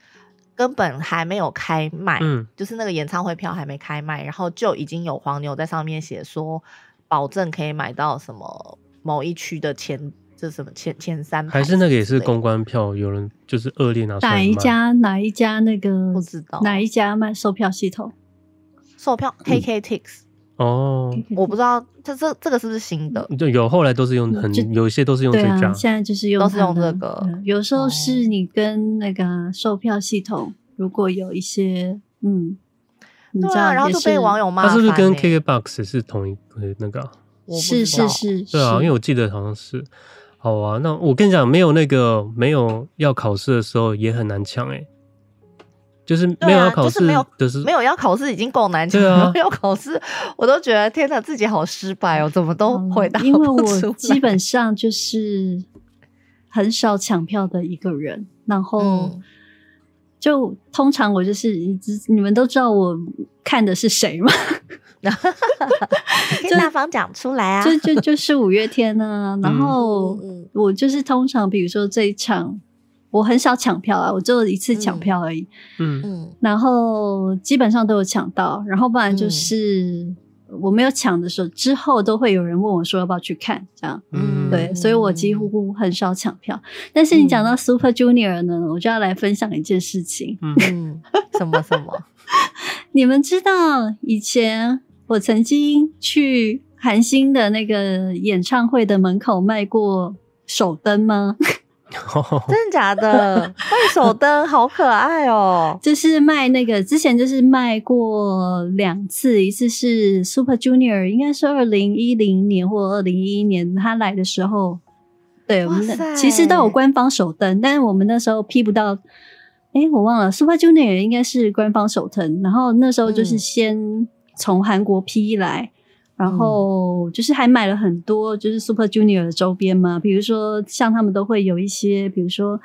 [SPEAKER 5] 根本还没有开卖，
[SPEAKER 3] 嗯，
[SPEAKER 5] 就是那个演唱会票还没开卖，然后就已经有黄牛在上面写说，保证可以买到什么某一区的前这什么前前三排
[SPEAKER 3] 还是那个也
[SPEAKER 5] 之
[SPEAKER 3] 是
[SPEAKER 5] 类的
[SPEAKER 3] 公关票，有人就是恶劣拿出来
[SPEAKER 1] 哪一
[SPEAKER 3] 卖？
[SPEAKER 1] 家哪一家那个
[SPEAKER 5] 不知道
[SPEAKER 1] 哪一家卖售票系统？
[SPEAKER 5] 售票
[SPEAKER 3] 嗯
[SPEAKER 5] KKTix，、
[SPEAKER 3] 哦，
[SPEAKER 5] 我不知道这这这个是不是新的？
[SPEAKER 3] 就有后来都是用
[SPEAKER 1] 嗯就
[SPEAKER 3] 很有一些都是用这
[SPEAKER 1] 对啊，
[SPEAKER 3] 家，
[SPEAKER 1] 现在就是用
[SPEAKER 5] 都是
[SPEAKER 1] 它
[SPEAKER 5] 用
[SPEAKER 1] 的
[SPEAKER 5] 这个
[SPEAKER 1] 嗯有时候是你跟那个售票系统如果有一些嗯，你知
[SPEAKER 5] 对
[SPEAKER 1] 道、
[SPEAKER 5] 啊，然后就被网
[SPEAKER 1] 友
[SPEAKER 5] 友骂
[SPEAKER 3] 它
[SPEAKER 5] 翻欸、
[SPEAKER 3] 是不是跟 KKBOX 是同一个那个啊、
[SPEAKER 5] 我不
[SPEAKER 1] 是
[SPEAKER 5] 知道
[SPEAKER 1] 是是，
[SPEAKER 3] 对啊，因为
[SPEAKER 1] 为
[SPEAKER 3] 我记得好像是。好啊，那我跟你讲，没有那个没有要考试的时候也很难抢哎、就是没
[SPEAKER 5] 对
[SPEAKER 3] 有
[SPEAKER 5] 啊
[SPEAKER 3] 要考
[SPEAKER 5] 就
[SPEAKER 3] 试
[SPEAKER 5] 是没有
[SPEAKER 3] 的是
[SPEAKER 5] 没有要考试已经够难抢
[SPEAKER 3] 对啊
[SPEAKER 5] 了， 要考试我都觉得天哪，自己好失败哦，怎么都回答
[SPEAKER 1] 嗯因为
[SPEAKER 5] 不出
[SPEAKER 1] 我
[SPEAKER 5] 来
[SPEAKER 1] 基本上就是很少抢票的一个人，然后、
[SPEAKER 5] 嗯
[SPEAKER 1] 就通常我就是你知你们都知道我看的是谁吗？
[SPEAKER 5] 你可以大方讲出来啊，
[SPEAKER 1] 就就就是五月天呢、然后
[SPEAKER 5] 嗯嗯
[SPEAKER 1] 我就是通常比如说这一场，我很少抢票啊，我只有一次抢票而已，
[SPEAKER 3] 嗯
[SPEAKER 5] 嗯
[SPEAKER 1] 然后基本上都有抢到，然后不然就是我没有抢的时候，之后都会有人问我说要不要去看，这样
[SPEAKER 3] 嗯，
[SPEAKER 1] 对，所以我几乎很少抢票。但是你讲到 Super Junior 呢，我就要来分享一件事情，
[SPEAKER 3] 嗯
[SPEAKER 5] 嗯，什么什么，
[SPEAKER 1] 你们知道以前我曾经去韩星的那个演唱会的门口卖过手灯吗？
[SPEAKER 5] 真的 假的？那手灯好可爱哦，
[SPEAKER 1] 就是卖那个之前就是卖过两次，一次是 Super Junior，应该是二零一零年或二零一一年他来的时候，对，我
[SPEAKER 5] 哇
[SPEAKER 1] 们
[SPEAKER 5] 塞
[SPEAKER 1] 那其实都有官方手灯，但是我们那时候批不到。哎，我忘了，Super Junior 应该是官方手灯，然后那时候就是
[SPEAKER 5] 嗯
[SPEAKER 1] 先从韩国批来，然
[SPEAKER 5] 嗯
[SPEAKER 1] 后就是还买了很多就是 Super Junior 的周边嘛，比如说像他们都会有一些，比如说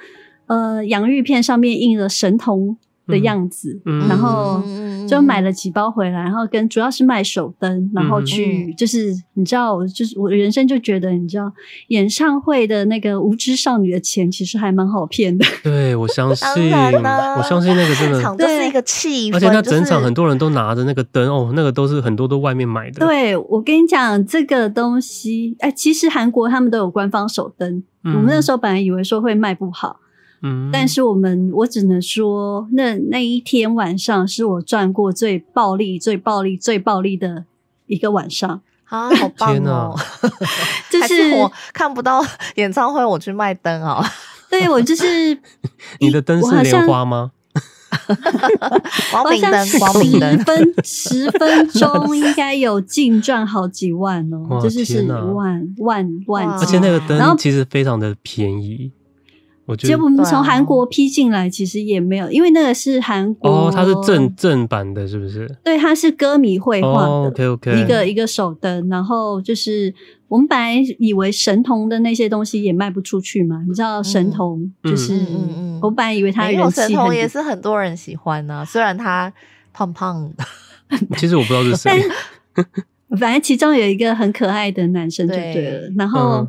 [SPEAKER 1] 呃洋芋片上面印了神童的样子，
[SPEAKER 3] 嗯
[SPEAKER 1] 然后
[SPEAKER 5] 嗯
[SPEAKER 1] 就买了几包回来，然后跟主要是卖手灯，然后去、
[SPEAKER 3] 嗯
[SPEAKER 1] 就是你知道，我就是我人生就觉得你知道演唱会的那个无知少女的钱其实还蛮好骗的，
[SPEAKER 3] 对我相信，
[SPEAKER 5] 当然啦
[SPEAKER 3] 我相信那个真
[SPEAKER 5] 现
[SPEAKER 3] 的，
[SPEAKER 5] 场就是一个气氛，
[SPEAKER 3] 而且他整
[SPEAKER 5] 就
[SPEAKER 3] 场
[SPEAKER 5] 是
[SPEAKER 3] 很多人都拿着那个灯哦，那个都是很多都外面买的，，
[SPEAKER 1] 对我跟你讲，这个东西，哎，其实韩国他们都有官方手灯。
[SPEAKER 3] 嗯
[SPEAKER 1] 我们那时候本来以为说会卖不好，
[SPEAKER 3] 嗯，
[SPEAKER 1] 但是我们我只能说，那那一天晚上是我赚过最暴力、最暴力、最暴力的一个晚上，
[SPEAKER 5] 啊，好棒
[SPEAKER 3] 天哪
[SPEAKER 5] 哦！
[SPEAKER 1] 就
[SPEAKER 5] 还
[SPEAKER 1] 是
[SPEAKER 5] 是我看不到演唱会，我去卖灯 好了，
[SPEAKER 1] 对我 就是
[SPEAKER 3] 你的灯
[SPEAKER 1] 我好
[SPEAKER 3] 是莲
[SPEAKER 1] 像
[SPEAKER 3] 花吗？
[SPEAKER 5] 光
[SPEAKER 1] 好
[SPEAKER 5] 明
[SPEAKER 1] 像
[SPEAKER 5] 灯，
[SPEAKER 1] 十
[SPEAKER 5] 光明灯，
[SPEAKER 1] 分十分钟应该有净赚好几万哦，
[SPEAKER 3] 哇
[SPEAKER 1] 就是
[SPEAKER 3] 天
[SPEAKER 1] 是
[SPEAKER 3] 哪
[SPEAKER 1] 万万万
[SPEAKER 5] 哇
[SPEAKER 3] 而
[SPEAKER 1] 级。
[SPEAKER 3] 且那个
[SPEAKER 1] 然后
[SPEAKER 3] 灯其实非常的便宜，我觉
[SPEAKER 1] 结
[SPEAKER 3] 得
[SPEAKER 1] 果我们
[SPEAKER 5] 对啊
[SPEAKER 1] 从韩国批进来，其实也没有，因为那个是韩国
[SPEAKER 3] 哦，它是正，正版的，是不是？
[SPEAKER 1] 对，它是歌迷绘画的。
[SPEAKER 3] 哦，OK OK，
[SPEAKER 1] 一个一个手灯，然后就是我们本来以为神童的那些东西也卖不出去嘛，你知道神童就是，
[SPEAKER 5] 嗯嗯嗯嗯
[SPEAKER 1] 我本来以为他
[SPEAKER 5] 没
[SPEAKER 1] 人
[SPEAKER 5] 有
[SPEAKER 1] 气
[SPEAKER 5] 神
[SPEAKER 1] 很
[SPEAKER 5] 童也是很多人喜欢呢、虽然他胖胖的，
[SPEAKER 3] 其实我不知道是谁，
[SPEAKER 1] 反正其中有一个很可爱的男生就对了，然后、
[SPEAKER 3] 嗯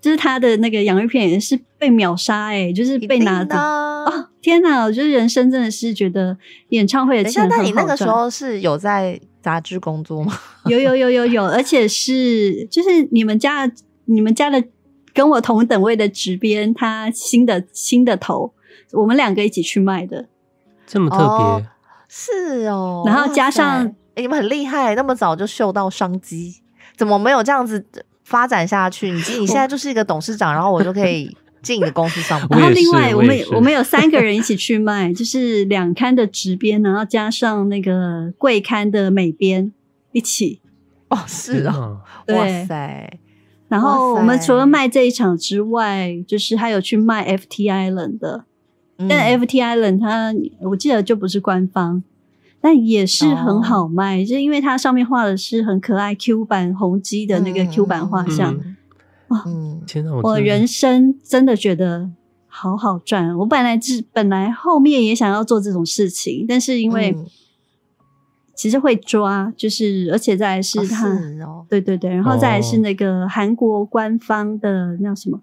[SPEAKER 1] 就是他的那个洋芋片也是被秒杀哎、就是被拿走。
[SPEAKER 5] 的。啊
[SPEAKER 1] 哦，天哪！我觉得人生真的是觉得演唱会
[SPEAKER 5] 等
[SPEAKER 1] 的
[SPEAKER 5] 一下
[SPEAKER 1] 钱，
[SPEAKER 5] 那
[SPEAKER 1] 很
[SPEAKER 5] 你那
[SPEAKER 1] 好
[SPEAKER 5] 个时
[SPEAKER 1] 赚
[SPEAKER 5] 候是有在杂志工作吗？
[SPEAKER 1] 有有有有有，而且是就是你们家的你们家的跟我同等位的直编，他新的新的头，我们两个一起去卖的，
[SPEAKER 3] 这么特别
[SPEAKER 5] 哦，是哦，
[SPEAKER 1] 然后
[SPEAKER 5] 哇
[SPEAKER 1] 加
[SPEAKER 5] 塞
[SPEAKER 1] 上
[SPEAKER 5] 诶你们很厉害，那么早就嗅到商机，怎么没有这样子发展下去？你你现在就是一个董事长，然后我就可 以进你的公司上班。
[SPEAKER 3] 我
[SPEAKER 1] 然后
[SPEAKER 3] 也
[SPEAKER 1] 另
[SPEAKER 3] 是
[SPEAKER 1] 外
[SPEAKER 3] 我
[SPEAKER 1] 我
[SPEAKER 3] 也
[SPEAKER 1] 们
[SPEAKER 3] 是
[SPEAKER 1] 我们有三个人一起去卖，就是两刊的直编，然后加上那个贵刊的美编一起。
[SPEAKER 5] 哦，是哦，
[SPEAKER 3] 哦，
[SPEAKER 5] 哇
[SPEAKER 1] 对
[SPEAKER 5] 塞，
[SPEAKER 1] 然后
[SPEAKER 5] 哇塞
[SPEAKER 1] 我们除了卖这一场之外，就是还有去卖 FT Island 的，
[SPEAKER 5] 嗯
[SPEAKER 1] 但 FT Island 它我记得就不是官方，但也是
[SPEAKER 5] 哦
[SPEAKER 1] 很好卖，就是因为它上面画的是很可爱 Q 版红鸡的那个
[SPEAKER 5] 嗯
[SPEAKER 1] Q 版画像。
[SPEAKER 5] 嗯
[SPEAKER 1] 哇
[SPEAKER 5] 嗯
[SPEAKER 3] 天哪，我
[SPEAKER 1] 我
[SPEAKER 3] 真的
[SPEAKER 1] 人生真的觉得好好赚啊，我本来是本来后面也想要做这种事情，但是因为
[SPEAKER 5] 嗯
[SPEAKER 1] 其实会抓，就是而且再来是
[SPEAKER 5] 哦
[SPEAKER 1] 它。
[SPEAKER 5] 哦，
[SPEAKER 1] 对对对，然后再来是
[SPEAKER 3] 哦
[SPEAKER 1] 那个韩国官方的那叫什么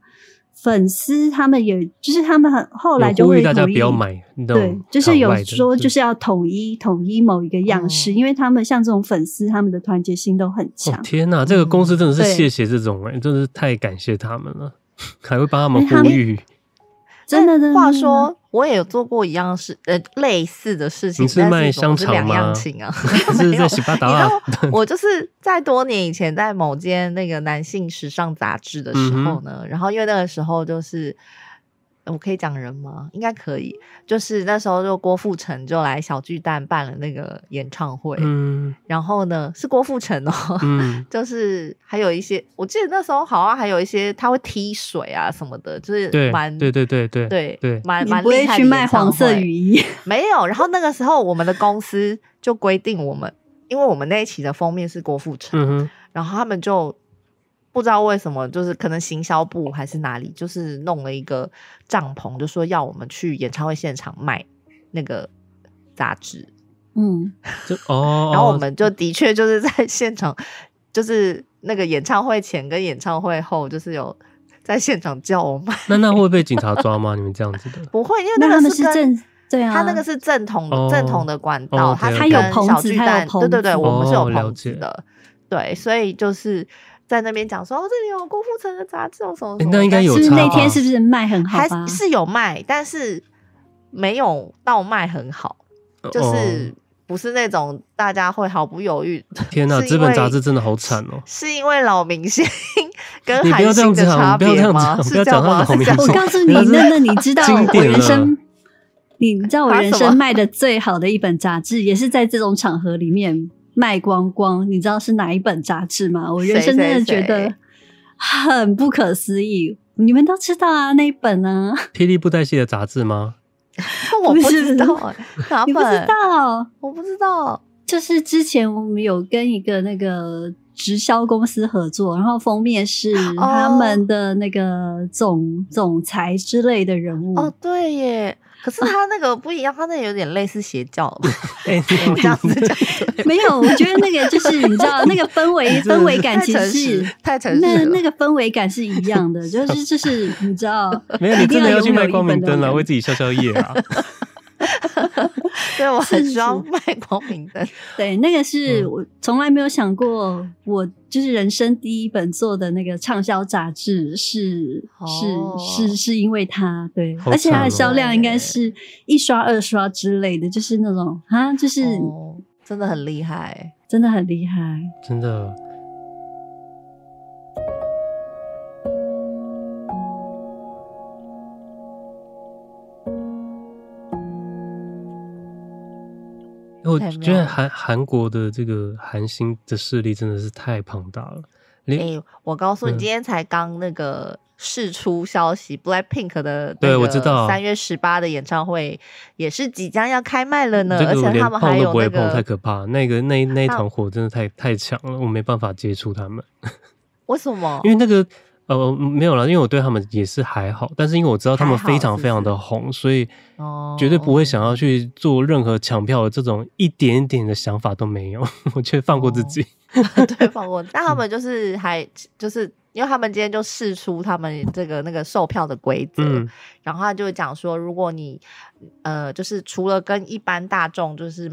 [SPEAKER 1] 粉丝他们也就是他们很后来就
[SPEAKER 3] 有呼
[SPEAKER 1] 会
[SPEAKER 3] 吁大家
[SPEAKER 1] 统
[SPEAKER 3] 不
[SPEAKER 1] 一
[SPEAKER 3] 要买那
[SPEAKER 1] 对
[SPEAKER 3] 种，
[SPEAKER 1] 就是
[SPEAKER 3] 场
[SPEAKER 1] 有
[SPEAKER 3] 外的
[SPEAKER 1] 说就是要统一统一某一个样式，
[SPEAKER 5] 嗯
[SPEAKER 1] 因为他们像这种粉丝，他们的团结性都很
[SPEAKER 3] 哦
[SPEAKER 1] 强。
[SPEAKER 3] 天哪，这个公司真的是
[SPEAKER 1] 对
[SPEAKER 3] 谢谢这种哎、真的是太感谢他们了，还会帮他们
[SPEAKER 1] 因为他
[SPEAKER 3] 呼
[SPEAKER 1] 们
[SPEAKER 3] 吁。
[SPEAKER 1] 真的，真的
[SPEAKER 5] 话
[SPEAKER 1] 真的
[SPEAKER 5] 说，我也有做过一样事，呃，类似的事情。
[SPEAKER 3] 你是
[SPEAKER 5] 但
[SPEAKER 3] 卖
[SPEAKER 5] 我
[SPEAKER 3] 香肠
[SPEAKER 5] 两
[SPEAKER 3] 吗，
[SPEAKER 5] 样情啊
[SPEAKER 3] 是
[SPEAKER 5] 没有
[SPEAKER 3] 在洗巴达啊
[SPEAKER 5] 你知道，我就是在多年以前，在某间那个男性时尚杂志的
[SPEAKER 3] 嗯
[SPEAKER 5] 时候呢，然后因为那个时候就是。呃我可以讲人吗？应该可以。就是那时候，就郭富城就来小巨蛋办了那个演唱会，
[SPEAKER 3] 嗯
[SPEAKER 5] 然后呢是郭富城哦，
[SPEAKER 3] 嗯，
[SPEAKER 5] 就是还有一些，我记得那时候好像还有一些他会踢水啊什么的，就是
[SPEAKER 3] 对
[SPEAKER 5] 蛮，
[SPEAKER 3] 对对对对
[SPEAKER 5] 对
[SPEAKER 3] 对，
[SPEAKER 5] 蛮
[SPEAKER 1] 你
[SPEAKER 5] 蛮
[SPEAKER 1] 不
[SPEAKER 5] 厉
[SPEAKER 1] 会
[SPEAKER 5] 害
[SPEAKER 1] 去
[SPEAKER 5] 的
[SPEAKER 1] 卖
[SPEAKER 5] 演唱
[SPEAKER 1] 黄色
[SPEAKER 5] 会
[SPEAKER 1] 雨衣，
[SPEAKER 5] 没有。然后那个时候，我们的公司就规定我们，因为我们那一期的封面是郭富城，
[SPEAKER 3] 嗯哼，
[SPEAKER 5] 然后他们就不知道为什么，就是可能行销部还是哪里，就是弄了一个帐篷，就说要我们去演唱会现场卖那个杂志。
[SPEAKER 1] 嗯，
[SPEAKER 3] 这哦，
[SPEAKER 5] 然后我
[SPEAKER 3] 哦
[SPEAKER 5] 们就的确就是在现场，就是那个演唱会前跟演唱会后，就是有在现场叫我卖。
[SPEAKER 3] 那那会被警察抓吗？你 们这样子的，
[SPEAKER 5] 不会，因为
[SPEAKER 1] 那他
[SPEAKER 5] 个
[SPEAKER 1] 们
[SPEAKER 5] 是
[SPEAKER 1] 是
[SPEAKER 5] 跟
[SPEAKER 1] 正对啊，
[SPEAKER 5] 他那个是正统的、
[SPEAKER 3] 哦
[SPEAKER 5] 正统的管道，
[SPEAKER 3] 哦
[SPEAKER 5] 他
[SPEAKER 3] ，OK，OK
[SPEAKER 5] 是
[SPEAKER 3] 它
[SPEAKER 5] 跟
[SPEAKER 1] 有棚
[SPEAKER 5] 小
[SPEAKER 1] 子
[SPEAKER 5] 巨
[SPEAKER 1] 它有
[SPEAKER 5] 蛋，对对对，
[SPEAKER 1] 棚
[SPEAKER 5] 我们是有
[SPEAKER 3] 哦了
[SPEAKER 5] 棚
[SPEAKER 3] 解
[SPEAKER 5] 子的，对，所以就是在那边讲说，哦，这里有郭富城的杂志，有哦什么
[SPEAKER 3] 诶
[SPEAKER 5] 什么，
[SPEAKER 3] 那应该
[SPEAKER 5] 但
[SPEAKER 3] 有
[SPEAKER 1] 是
[SPEAKER 3] 差
[SPEAKER 1] 那天
[SPEAKER 3] 吧
[SPEAKER 1] 是不是卖很好
[SPEAKER 5] 还
[SPEAKER 1] 吧？
[SPEAKER 5] 是有卖，但是没有到卖很好，就是
[SPEAKER 3] 哦、
[SPEAKER 5] 不是那种大家会毫不犹豫。
[SPEAKER 3] 天 哪，
[SPEAKER 5] 哪，
[SPEAKER 3] 资本杂志真的好惨哦。
[SPEAKER 5] 是因为老明星跟
[SPEAKER 3] 你不要
[SPEAKER 5] 韩
[SPEAKER 3] 这样
[SPEAKER 5] 星
[SPEAKER 3] 子
[SPEAKER 5] 的
[SPEAKER 3] 讲，
[SPEAKER 5] 差
[SPEAKER 3] 你不要这
[SPEAKER 5] 别
[SPEAKER 3] 样
[SPEAKER 5] 吗？
[SPEAKER 3] 讲，
[SPEAKER 5] 是
[SPEAKER 3] 不要
[SPEAKER 5] 这样
[SPEAKER 3] 讲
[SPEAKER 5] 吗？
[SPEAKER 3] 到老
[SPEAKER 5] 是
[SPEAKER 3] 明
[SPEAKER 5] 这
[SPEAKER 3] 星。
[SPEAKER 5] 样
[SPEAKER 1] 我
[SPEAKER 5] 吗
[SPEAKER 1] 告 诉你，
[SPEAKER 3] 那是
[SPEAKER 1] 那那你知道
[SPEAKER 3] 经典
[SPEAKER 1] 我人
[SPEAKER 3] 了
[SPEAKER 1] 生，你知道我
[SPEAKER 5] 啊
[SPEAKER 1] 人
[SPEAKER 5] 什么
[SPEAKER 1] 生卖的最好的一本杂志，也是在这种场合里面卖光光。你知道是哪一本杂志吗？我人
[SPEAKER 5] 谁
[SPEAKER 1] 生真的
[SPEAKER 5] 谁
[SPEAKER 1] 觉得
[SPEAKER 5] 谁
[SPEAKER 1] 很不可思议。你们都知道啊，那一本啊，
[SPEAKER 3] 霹雳布袋戏的杂 志吗？
[SPEAKER 5] 我
[SPEAKER 1] 不
[SPEAKER 5] 不
[SPEAKER 1] 是
[SPEAKER 5] 知道欸，哪
[SPEAKER 1] 你不知
[SPEAKER 5] 本？
[SPEAKER 1] 道，
[SPEAKER 5] 我不知道。
[SPEAKER 1] 就是之前我们有跟一个那个直销公司合作，然后封面是
[SPEAKER 5] 哦
[SPEAKER 1] 他们的那个总、总裁之类的人物。
[SPEAKER 5] 哦，对耶。可是他那个不一样，他那个有点类似邪教 吧，
[SPEAKER 3] 哎、
[SPEAKER 5] 我这样子 讲，
[SPEAKER 1] 没有，我觉得那个就是你知道，那个氛
[SPEAKER 5] 哎
[SPEAKER 1] 围
[SPEAKER 3] 真的是
[SPEAKER 1] 氛围感
[SPEAKER 5] 太
[SPEAKER 1] 其
[SPEAKER 5] 诚
[SPEAKER 1] 实是
[SPEAKER 5] 实，太诚实
[SPEAKER 1] 那
[SPEAKER 5] 了。
[SPEAKER 1] 那个氛围感是一样 的，就是就是你知道，
[SPEAKER 3] 没有，你
[SPEAKER 1] 一定
[SPEAKER 3] 真的
[SPEAKER 1] 要
[SPEAKER 3] 要去
[SPEAKER 1] 拥有
[SPEAKER 3] 卖
[SPEAKER 1] 一
[SPEAKER 3] 光
[SPEAKER 1] 本
[SPEAKER 3] 明
[SPEAKER 1] 的
[SPEAKER 3] 灯了，
[SPEAKER 1] 人
[SPEAKER 3] 为自己消消夜啊。
[SPEAKER 5] 对我很
[SPEAKER 1] 是
[SPEAKER 5] 需要
[SPEAKER 1] 是
[SPEAKER 5] 卖光明灯。
[SPEAKER 1] 对，那个是
[SPEAKER 3] 嗯
[SPEAKER 1] 我从来没有想过，我就是人生第一本做的那个畅销杂志是、
[SPEAKER 5] 哦
[SPEAKER 1] 是是是因为它，对，
[SPEAKER 3] 好
[SPEAKER 1] 而且它的
[SPEAKER 3] 惨哦
[SPEAKER 1] 销量应该是一刷二刷之类的，就是那种啊，就是
[SPEAKER 5] 哦，真的很厉害。
[SPEAKER 1] 真的很厉害。
[SPEAKER 3] 真的。我
[SPEAKER 5] 太
[SPEAKER 3] 觉
[SPEAKER 5] 妙
[SPEAKER 3] 得
[SPEAKER 5] 了
[SPEAKER 3] 韩韩国的这个韩星的势力真的是太庞大了，
[SPEAKER 5] 哎、
[SPEAKER 3] 连
[SPEAKER 5] 我告诉你，
[SPEAKER 3] 嗯
[SPEAKER 5] 今天才刚那个释出消息，BLACKPINK 的
[SPEAKER 3] 对我知道
[SPEAKER 5] 三月十八的演唱会也是即将要开卖了呢，
[SPEAKER 3] 这
[SPEAKER 5] 而
[SPEAKER 3] 个我
[SPEAKER 5] 且
[SPEAKER 3] 连
[SPEAKER 5] 他们还
[SPEAKER 3] 碰都
[SPEAKER 5] 有
[SPEAKER 3] 不
[SPEAKER 5] 那
[SPEAKER 3] 会碰，太可
[SPEAKER 5] 个
[SPEAKER 3] 怕。那个那那一
[SPEAKER 5] 他
[SPEAKER 3] 团火真的太太强了，我没办法接触他们，
[SPEAKER 5] 为什么
[SPEAKER 3] 因？为那个呃没有啦，因为我对他们也是还好，但是因为我知道他们
[SPEAKER 5] 还好
[SPEAKER 3] 非常
[SPEAKER 5] 是
[SPEAKER 3] 非常
[SPEAKER 5] 不是
[SPEAKER 3] 的红，所以
[SPEAKER 5] 哦
[SPEAKER 3] 绝对不会想要去做任何抢票的这种一点点的想法都没有， 我却放过自己。
[SPEAKER 5] 对放过。但他们就是还就是。因为他们今天就试出他们这个那个售票的规则，
[SPEAKER 3] 嗯，
[SPEAKER 5] 然后他就讲说，如果你呃，就是除了跟一般大众就是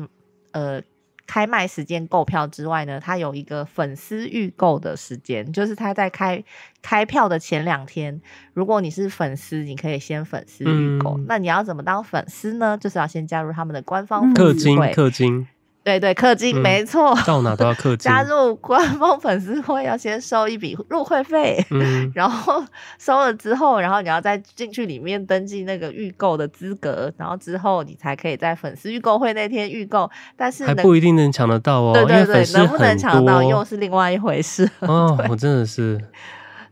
[SPEAKER 5] 呃开卖时间购票之外呢，他有一个粉丝预购的时间，就是他在开开票的前两天，如果你是粉丝，你可以先粉丝预购。
[SPEAKER 3] 嗯
[SPEAKER 5] 那你要怎么当粉丝呢？就是要先加入他们的官方
[SPEAKER 1] 嗯
[SPEAKER 5] 粉
[SPEAKER 3] 氪
[SPEAKER 5] 丝
[SPEAKER 3] 金
[SPEAKER 5] 会，
[SPEAKER 3] 氪金，
[SPEAKER 5] 对对，氪金、
[SPEAKER 3] 嗯
[SPEAKER 5] 没错，
[SPEAKER 3] 到哪都要 氪金
[SPEAKER 5] 加。入官方粉丝会要先收一笔 入会费。
[SPEAKER 3] 嗯，
[SPEAKER 5] 然后收了之后，然后你要再进去里面登记那个预购的资格，然后之后你才可以在粉丝预购会那天预购，但是
[SPEAKER 3] 还
[SPEAKER 5] 能
[SPEAKER 3] 不一定能抢得到哦，
[SPEAKER 5] 对对
[SPEAKER 3] 因为粉
[SPEAKER 5] 对，
[SPEAKER 3] 丝
[SPEAKER 5] 能不能
[SPEAKER 3] 很
[SPEAKER 5] 抢到又
[SPEAKER 3] 多。
[SPEAKER 5] 是另外一 回事。
[SPEAKER 3] 哦，我真的是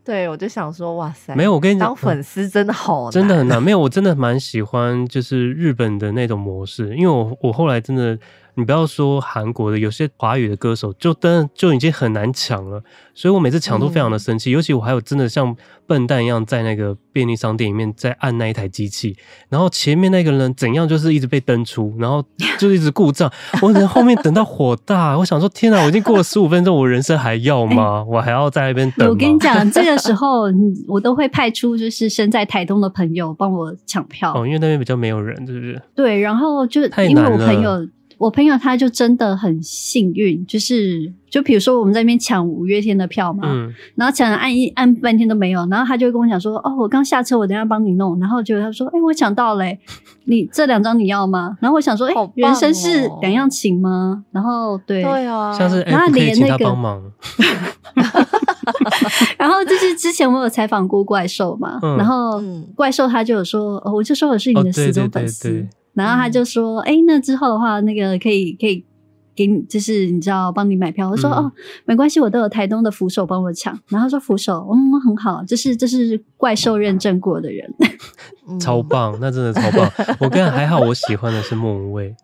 [SPEAKER 5] 对，我就想说，哇塞，
[SPEAKER 3] 没有，我跟你讲嗯
[SPEAKER 5] 当，粉丝真的好难，
[SPEAKER 3] 真的很难。没有，我真的蛮喜欢就是日本的那种模式，因为我我后来真的你不要说韩国的，有些华语的歌手就真就已经很难抢了，所以我每次抢都非常
[SPEAKER 1] 嗯
[SPEAKER 3] 的生气。尤其我还有真的像笨蛋一样在那个便利商店里面在按那一台机器，然后前面那个人怎样就是一直被登出，然后就一直故障，我在后面等到火大，我想说天哪，我已经过了十五分钟，我人生还要吗？我还要在那边等吗？
[SPEAKER 1] 我跟你讲，这个时候你我都会派出就是身在台东的朋友帮我抢票。
[SPEAKER 3] 哦，因为那边比较没有人，是不是？
[SPEAKER 1] 对，然后就
[SPEAKER 3] 太
[SPEAKER 1] 因为
[SPEAKER 3] 难
[SPEAKER 1] 我朋
[SPEAKER 3] 了
[SPEAKER 1] 友，我朋友他就真的很幸运，就是就比如说我们在那边抢五月天的票嘛，
[SPEAKER 3] 嗯，
[SPEAKER 1] 然后抢了按一按半天都没有，然后他就会跟我讲说：“哦，我刚下车，我等一下帮你弄。”然后结果他说：“哎、我抢到嘞、你这两张你要吗？”然后我想说：“哎、
[SPEAKER 5] 好棒
[SPEAKER 1] 人生是
[SPEAKER 5] 哦
[SPEAKER 1] 两样情吗？”然后对，
[SPEAKER 5] 对啊，
[SPEAKER 3] 像是
[SPEAKER 1] 然后
[SPEAKER 3] F 可以
[SPEAKER 1] 连
[SPEAKER 3] 请
[SPEAKER 1] 哦那
[SPEAKER 3] 他
[SPEAKER 1] 个嗯
[SPEAKER 3] 帮忙，
[SPEAKER 1] 然后就是之前我有采访过怪兽嘛，
[SPEAKER 3] 嗯
[SPEAKER 1] 然后
[SPEAKER 2] 嗯
[SPEAKER 1] 怪兽他就有说：“哦，我就说我是你
[SPEAKER 3] 哦
[SPEAKER 1] 的
[SPEAKER 3] 对
[SPEAKER 1] 死忠
[SPEAKER 3] 对
[SPEAKER 1] 粉
[SPEAKER 3] 对
[SPEAKER 1] 丝。
[SPEAKER 3] 对
[SPEAKER 1] 然后他就说：“哎、那之后的话，那个可以可以给你，就是你知道帮你买票。”我说：“
[SPEAKER 3] 嗯
[SPEAKER 1] 哦，没关系，我都有台东的扶手帮我抢。”然后他说：“扶手，嗯，很好，这是这是怪兽认证过的人。
[SPEAKER 5] 嗯
[SPEAKER 3] 超棒，那真的超棒。我跟你讲还好，我喜欢的是莫文蔚。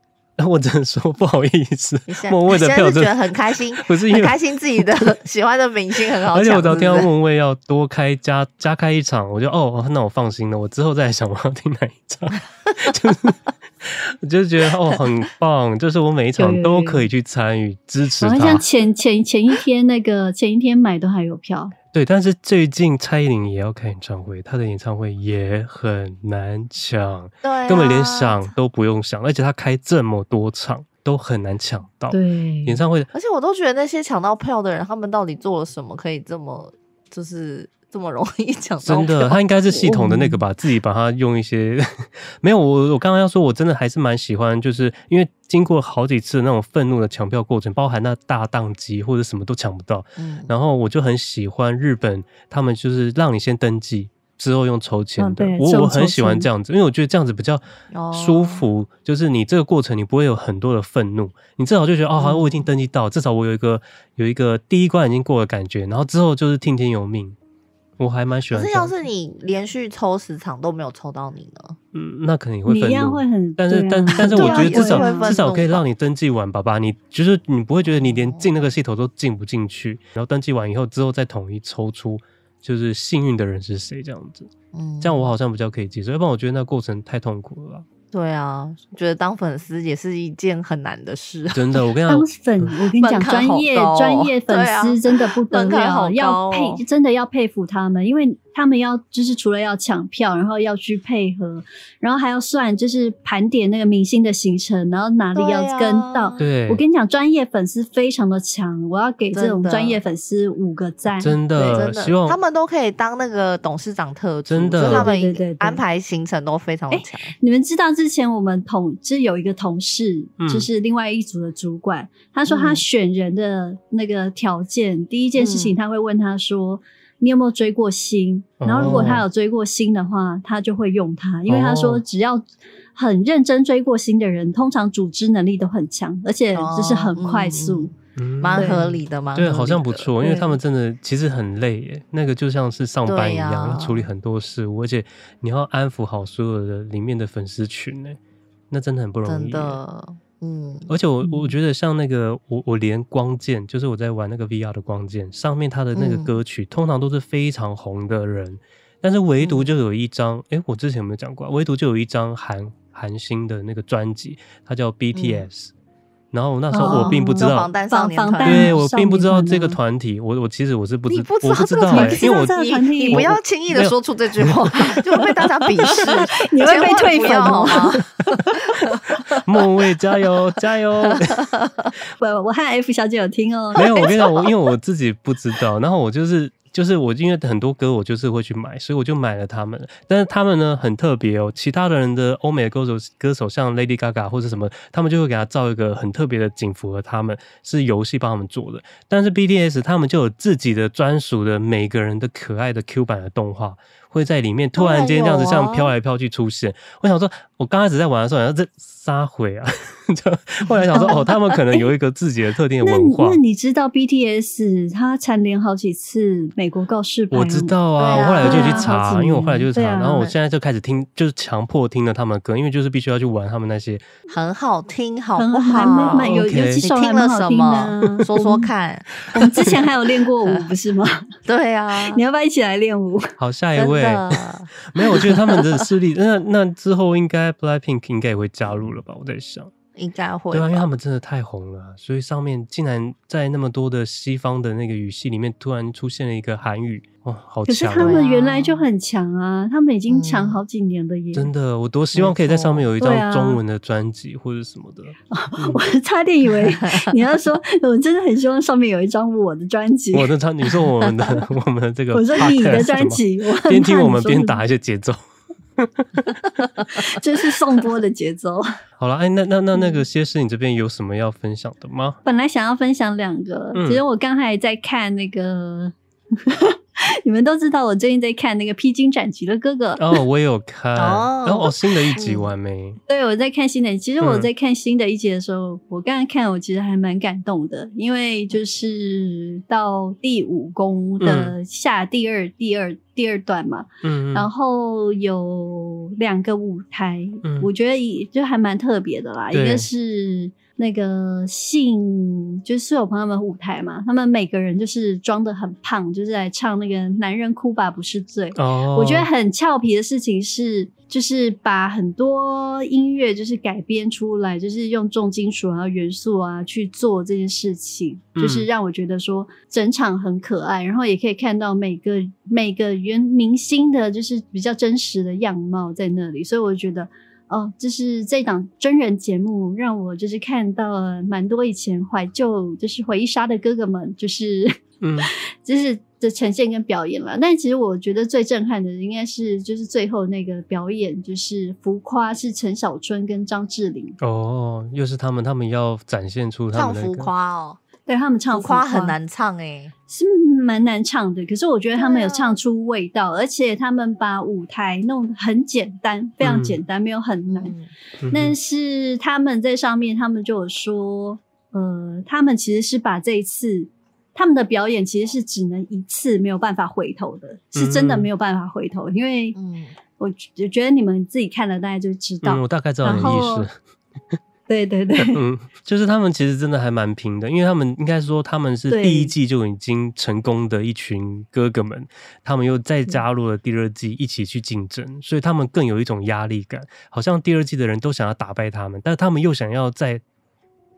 [SPEAKER 3] 我只能说不好意思
[SPEAKER 5] 你，现
[SPEAKER 3] 莫文蔚的
[SPEAKER 5] 你现在
[SPEAKER 3] 票
[SPEAKER 5] 是
[SPEAKER 3] 真
[SPEAKER 5] 觉得很开心
[SPEAKER 3] 不是因
[SPEAKER 5] 很
[SPEAKER 3] 为
[SPEAKER 5] 开心自己的 喜欢的明星很好
[SPEAKER 3] 而且
[SPEAKER 5] 抢，
[SPEAKER 3] 我只要
[SPEAKER 5] 是不
[SPEAKER 3] 听到
[SPEAKER 5] 是
[SPEAKER 3] 莫文蔚要多开加加开一场，我就哦，那我放心了。我之后再来想我要听哪一场， 就是我就觉得哦很棒，就是我每
[SPEAKER 1] 有有
[SPEAKER 3] 一场
[SPEAKER 1] 有
[SPEAKER 3] 都可以去参与支”持
[SPEAKER 1] 然后像
[SPEAKER 3] 他。
[SPEAKER 1] 前前前一天那个前一天买都还有票，
[SPEAKER 3] 对，但是最近蔡依林也要开演唱会，她的演唱会也很难抢，
[SPEAKER 5] 对啊、
[SPEAKER 3] 根本连想都不用想，而且她开这么多场都很难抢到。
[SPEAKER 1] 对，
[SPEAKER 3] 演唱会
[SPEAKER 5] 而且我都觉得那些抢到票的人，他们到底做了什么，可以这么就是这么容易 抢到
[SPEAKER 3] 真
[SPEAKER 5] 票？
[SPEAKER 3] 的，他应该是系统的那个吧，自己把它用一些 没有我我刚刚要说，我真的还是蛮喜欢，就是因为经过好几次那种愤怒的抢票过程，包含那大宕机或者什么都抢不到，
[SPEAKER 5] 嗯，
[SPEAKER 3] 然后我就很喜欢日本，他们就是让你先登记。之后用抽签
[SPEAKER 1] 嗯
[SPEAKER 3] 的，
[SPEAKER 1] 对是
[SPEAKER 3] 我
[SPEAKER 1] 用
[SPEAKER 3] 我很
[SPEAKER 1] 抽
[SPEAKER 3] 喜欢
[SPEAKER 1] 签
[SPEAKER 3] 这样子，因为我觉得这样子比较
[SPEAKER 5] 哦
[SPEAKER 3] 舒服。就是你这个过程，你不会有很多的愤怒，你至少就觉得哦，好像我
[SPEAKER 1] 嗯
[SPEAKER 3] 已经登记到，至少我有一个有一个第一关已经过的感觉，然后之后就是听天由命。我还蛮喜
[SPEAKER 5] 可
[SPEAKER 3] 欢这
[SPEAKER 5] 是
[SPEAKER 3] 样
[SPEAKER 5] 要
[SPEAKER 3] 子。
[SPEAKER 5] 是你连续抽十场都没有抽到你呢？
[SPEAKER 3] 嗯，那肯定会
[SPEAKER 1] 你一
[SPEAKER 3] 愤
[SPEAKER 1] 样
[SPEAKER 3] 怒。
[SPEAKER 1] 会很，
[SPEAKER 3] 但 是，
[SPEAKER 1] 对啊
[SPEAKER 3] 但但是，我
[SPEAKER 5] 对啊
[SPEAKER 3] 觉得
[SPEAKER 5] 也
[SPEAKER 3] 至
[SPEAKER 5] 是会
[SPEAKER 3] 少
[SPEAKER 5] 愤怒
[SPEAKER 3] 至少可以
[SPEAKER 5] 吧
[SPEAKER 3] 让你登记完吧，把你就是你不会觉得你连
[SPEAKER 5] 哦
[SPEAKER 3] 进那个系统都进不进去，然后登记完以后之后再统一抽出就是幸运的人是谁这样子，
[SPEAKER 5] 嗯，
[SPEAKER 3] 这样我好像比较可以接受，要不然我觉得那过程太痛苦了吧，
[SPEAKER 5] 对啊，觉得当粉丝也是一件很难的事。啊
[SPEAKER 3] 真的，我跟你
[SPEAKER 1] 当
[SPEAKER 3] 讲，
[SPEAKER 1] 粉，我跟你
[SPEAKER 5] 门
[SPEAKER 1] 讲，
[SPEAKER 5] 槛
[SPEAKER 1] 专
[SPEAKER 5] 好
[SPEAKER 1] 业
[SPEAKER 5] 高哦
[SPEAKER 1] 专业粉
[SPEAKER 5] 对啊
[SPEAKER 1] 丝真的不得
[SPEAKER 5] 门槛
[SPEAKER 1] 了，
[SPEAKER 5] 好高
[SPEAKER 1] 要
[SPEAKER 5] 哦
[SPEAKER 1] 佩真的要佩服他们，因为他们要就是除了要抢票，然后要去配合，然后还要算就是盘点那个明星的行程，然后哪里
[SPEAKER 5] 对
[SPEAKER 1] 要
[SPEAKER 5] 啊
[SPEAKER 1] 跟到。
[SPEAKER 3] 对
[SPEAKER 1] 我，跟你讲，专业粉丝非常的强，我要给这种
[SPEAKER 5] 真的
[SPEAKER 1] 专业粉丝五个赞。
[SPEAKER 3] 真的
[SPEAKER 5] 真的，
[SPEAKER 3] 希望
[SPEAKER 5] 他们都可以当那个董事长特助，
[SPEAKER 3] 真的
[SPEAKER 5] 就是他
[SPEAKER 1] 对对对对
[SPEAKER 5] 们
[SPEAKER 1] 对
[SPEAKER 5] 安排行程都非常强。
[SPEAKER 1] 你们知道之前我们同就是有一个同事，
[SPEAKER 3] 嗯
[SPEAKER 1] 就是另外一组的主管，他说他
[SPEAKER 5] 嗯
[SPEAKER 1] 选人的那个条件，第一件事情
[SPEAKER 5] 嗯
[SPEAKER 1] 他会问他说。你有没有追过星？
[SPEAKER 3] 哦
[SPEAKER 1] 然后如果他有追过星的话，他就会用他，因为他说
[SPEAKER 3] 哦
[SPEAKER 1] 只要很认真追过星的人，通常组织能力都很强，而且
[SPEAKER 5] 哦
[SPEAKER 1] 就是很快速。
[SPEAKER 3] 嗯
[SPEAKER 5] 蛮合理的，蛮合理
[SPEAKER 3] 对，
[SPEAKER 5] 的
[SPEAKER 3] 好像不错，因为
[SPEAKER 1] 对
[SPEAKER 3] 他们真的其实很累耶，那个就像是上班一样，
[SPEAKER 5] 对啊呀
[SPEAKER 3] 要处理很多事务，而且你要安抚好所有的里面的粉丝群呢，那真的很不容易
[SPEAKER 5] 真
[SPEAKER 3] 耶。
[SPEAKER 5] 的，嗯，
[SPEAKER 3] 而且我
[SPEAKER 1] 嗯
[SPEAKER 3] 我觉得像那个我我连光剑，就是我在玩那个 VR 的光剑，上面它的那个
[SPEAKER 5] 嗯
[SPEAKER 3] 歌曲、通常都是非常红的人，但是唯独
[SPEAKER 5] 嗯
[SPEAKER 3] 就有一张，诶，我之前有没有讲过啊？唯独就有一张韩韩星的那个专辑，它叫 BTS，、然后那时候我并不知
[SPEAKER 5] 嗯哦
[SPEAKER 3] 道，
[SPEAKER 5] 防弹少年团
[SPEAKER 1] 防防弹
[SPEAKER 3] 对我并不知道
[SPEAKER 1] 少年团啊
[SPEAKER 3] 这个
[SPEAKER 1] 吗
[SPEAKER 3] 团体，我我其实我是不知
[SPEAKER 5] 你不知
[SPEAKER 3] 我
[SPEAKER 5] 道
[SPEAKER 3] 不知
[SPEAKER 5] 这个
[SPEAKER 3] 道、
[SPEAKER 5] 团
[SPEAKER 3] 欸，
[SPEAKER 5] 体，
[SPEAKER 3] 因为我
[SPEAKER 1] 这个
[SPEAKER 5] 你
[SPEAKER 1] 团体
[SPEAKER 5] 你不要轻易的说出这句 话，就会被大家鄙视，
[SPEAKER 1] 你会被
[SPEAKER 5] 千万
[SPEAKER 1] 退
[SPEAKER 5] 不
[SPEAKER 1] 粉
[SPEAKER 5] 要啊好
[SPEAKER 1] 哦
[SPEAKER 5] 吗？
[SPEAKER 3] 莫文蔚加油加油！
[SPEAKER 1] 我 我和 F 小姐有听哦，
[SPEAKER 3] 没有，我跟你讲，我因为我自己不知道，然后我就是就是我因为很多歌我就是会去买，所以我就买了他们。但是他们呢很特别哦，其他的人的欧美的歌手歌手像 Lady Gaga 或者什么，他们就会给他造一个很特别的景，符合他们是游戏帮他们做的。但是 BTS 他们就有自己的专属的每个人的可爱的 Q 版的动画，会在里面突然间这样子
[SPEAKER 5] 当然有
[SPEAKER 3] 像
[SPEAKER 5] 啊
[SPEAKER 3] 飘来飘去出现。我想说，我刚开始在玩的时候，想说这撒回啊， 就后来想说，哦，他们可能有一个自己的特定的
[SPEAKER 1] 那
[SPEAKER 3] 文化
[SPEAKER 1] 那。你知道 BTS 他蝉联好几次美国告示牌吗？
[SPEAKER 3] 我知道啊，
[SPEAKER 5] 对啊
[SPEAKER 3] 我后来就去
[SPEAKER 1] 好
[SPEAKER 3] 查，
[SPEAKER 1] 几年
[SPEAKER 3] 因为我后来就去查，
[SPEAKER 1] 对啊
[SPEAKER 3] 然后我现在就开始听，就是强迫听了他们的歌，因为就是必须要去玩他们那些
[SPEAKER 5] 很好听，好不
[SPEAKER 1] 很
[SPEAKER 5] 好？
[SPEAKER 1] 还蛮蛮有
[SPEAKER 3] OK
[SPEAKER 1] 有几
[SPEAKER 5] 你
[SPEAKER 1] 首
[SPEAKER 5] 听
[SPEAKER 1] 还
[SPEAKER 5] 了
[SPEAKER 1] 蛮
[SPEAKER 5] 什
[SPEAKER 1] 好听的啊
[SPEAKER 5] 么？说说。
[SPEAKER 1] 我
[SPEAKER 5] 看。
[SPEAKER 1] 们我们之前还有练过舞，不是 吗？
[SPEAKER 5] 对啊，
[SPEAKER 1] 你要不要一起来练舞？
[SPEAKER 3] 好，下一
[SPEAKER 5] 真
[SPEAKER 3] 位，
[SPEAKER 5] 的
[SPEAKER 3] 没有，我觉得他们的势 力，那那之后应该 Blackpink 应该也会加入了吧？我在想，
[SPEAKER 5] 应该会
[SPEAKER 3] 对啊，因为他
[SPEAKER 5] 吧。
[SPEAKER 3] 们真的太红了，啊所以上面竟然在那么多的西方的那个语系里面，突然出现了一个韩语，哇，好
[SPEAKER 1] 可是
[SPEAKER 3] 强
[SPEAKER 1] 他
[SPEAKER 3] 啊！
[SPEAKER 1] 们原来就很强啊，他们已经强好几年了耶！
[SPEAKER 3] 嗯真的，我多希望可以在上面有
[SPEAKER 1] 没
[SPEAKER 3] 一张
[SPEAKER 1] 错啊
[SPEAKER 3] 中文的专辑或者什么的。
[SPEAKER 1] 我差点以 为你要说，我真的很希望上面有一张我的专辑。
[SPEAKER 3] 我的专，你说我 们的我们的这个，
[SPEAKER 1] 我说你的专，辑，我很
[SPEAKER 3] 边
[SPEAKER 1] 怕
[SPEAKER 3] 听我
[SPEAKER 1] 你
[SPEAKER 3] 们
[SPEAKER 1] 说
[SPEAKER 3] 边
[SPEAKER 1] 什
[SPEAKER 3] 打一些节奏。
[SPEAKER 1] 么，这是颂钵的节奏。
[SPEAKER 3] 好了，哎，那那那那
[SPEAKER 1] 嗯
[SPEAKER 3] 个些事，你这边有什么要分享的吗？
[SPEAKER 1] 本来想要分享两个，
[SPEAKER 3] 嗯
[SPEAKER 1] 其实我刚才在看那个， 你们都知道我最近在看那个《披荆斩棘的哥哥》，
[SPEAKER 3] 哦，我也有看，
[SPEAKER 5] 哦
[SPEAKER 3] 然后哦，新的一集完没？
[SPEAKER 1] 对我在看新的。其实
[SPEAKER 3] 嗯
[SPEAKER 1] 我在看新的一集的时候，我刚才看我其实还蛮感动的，因为就是到第五宫
[SPEAKER 3] 嗯
[SPEAKER 1] 的下第二、第二第二段嘛，
[SPEAKER 3] 嗯，嗯
[SPEAKER 1] 然后有两个舞台，
[SPEAKER 3] 嗯
[SPEAKER 1] 我觉得也就还蛮特别的啦。一
[SPEAKER 3] 对
[SPEAKER 1] 个是那个性，就是有朋友们舞台嘛，他们每个人就是装的很胖，就是来唱那个“男人哭吧不是罪”
[SPEAKER 3] 哦，
[SPEAKER 1] 我觉得很俏皮的事情是，就是把很多音乐就是改编出来，就是用重金属啊元素啊去做这件事情，
[SPEAKER 3] 嗯
[SPEAKER 1] 就是让我觉得说整场很可爱，然后也可以看到每个每个原明星的就是比较真实的样貌在那里，所以我觉得。哦，就是这档真人节目让我就是看到了蛮多以前怀旧，就是回忆杀的哥哥们，就是
[SPEAKER 3] 嗯，
[SPEAKER 1] 就是的呈现跟表演了。但其实我觉得最震撼的应该是就是最后那个表演，就是浮夸是陈小春跟张智霖，
[SPEAKER 3] 哦，又是他们，他们要展现出他
[SPEAKER 5] 唱
[SPEAKER 3] 们的、那
[SPEAKER 5] 浮
[SPEAKER 3] 个。
[SPEAKER 5] 夸哦，
[SPEAKER 1] 对他们唱
[SPEAKER 5] 浮
[SPEAKER 1] 浮夸
[SPEAKER 5] 夸很，难唱哎。
[SPEAKER 1] 是蛮难唱的。可是我觉得他们有唱出味道，而且他们把舞台弄得很简单，非常简单，没有很难。
[SPEAKER 5] 嗯，
[SPEAKER 3] 嗯哼
[SPEAKER 1] 但是他们在上面，他们就有说，呃，他们其实是把这一次他们的表演其实是只能一次，没有办法回头的，是真的
[SPEAKER 3] 嗯
[SPEAKER 1] 没有办法回头，因为
[SPEAKER 5] 嗯
[SPEAKER 1] 我我觉得你们自己看了大概就知道，
[SPEAKER 3] 嗯，我大概知道你的
[SPEAKER 1] 然
[SPEAKER 3] 意
[SPEAKER 1] 后
[SPEAKER 3] 思。
[SPEAKER 1] 对对对，
[SPEAKER 3] 嗯，就是他们其实真的还蛮拼的，因为他们应该说他们是
[SPEAKER 1] 对
[SPEAKER 3] 第一季就已经成功的一群哥哥们，他们又
[SPEAKER 5] 嗯
[SPEAKER 3] 再加入了第二季一起去竞争，所以他们更有一种压力感，好像第二季的人都想要打败他们，但他们又想要再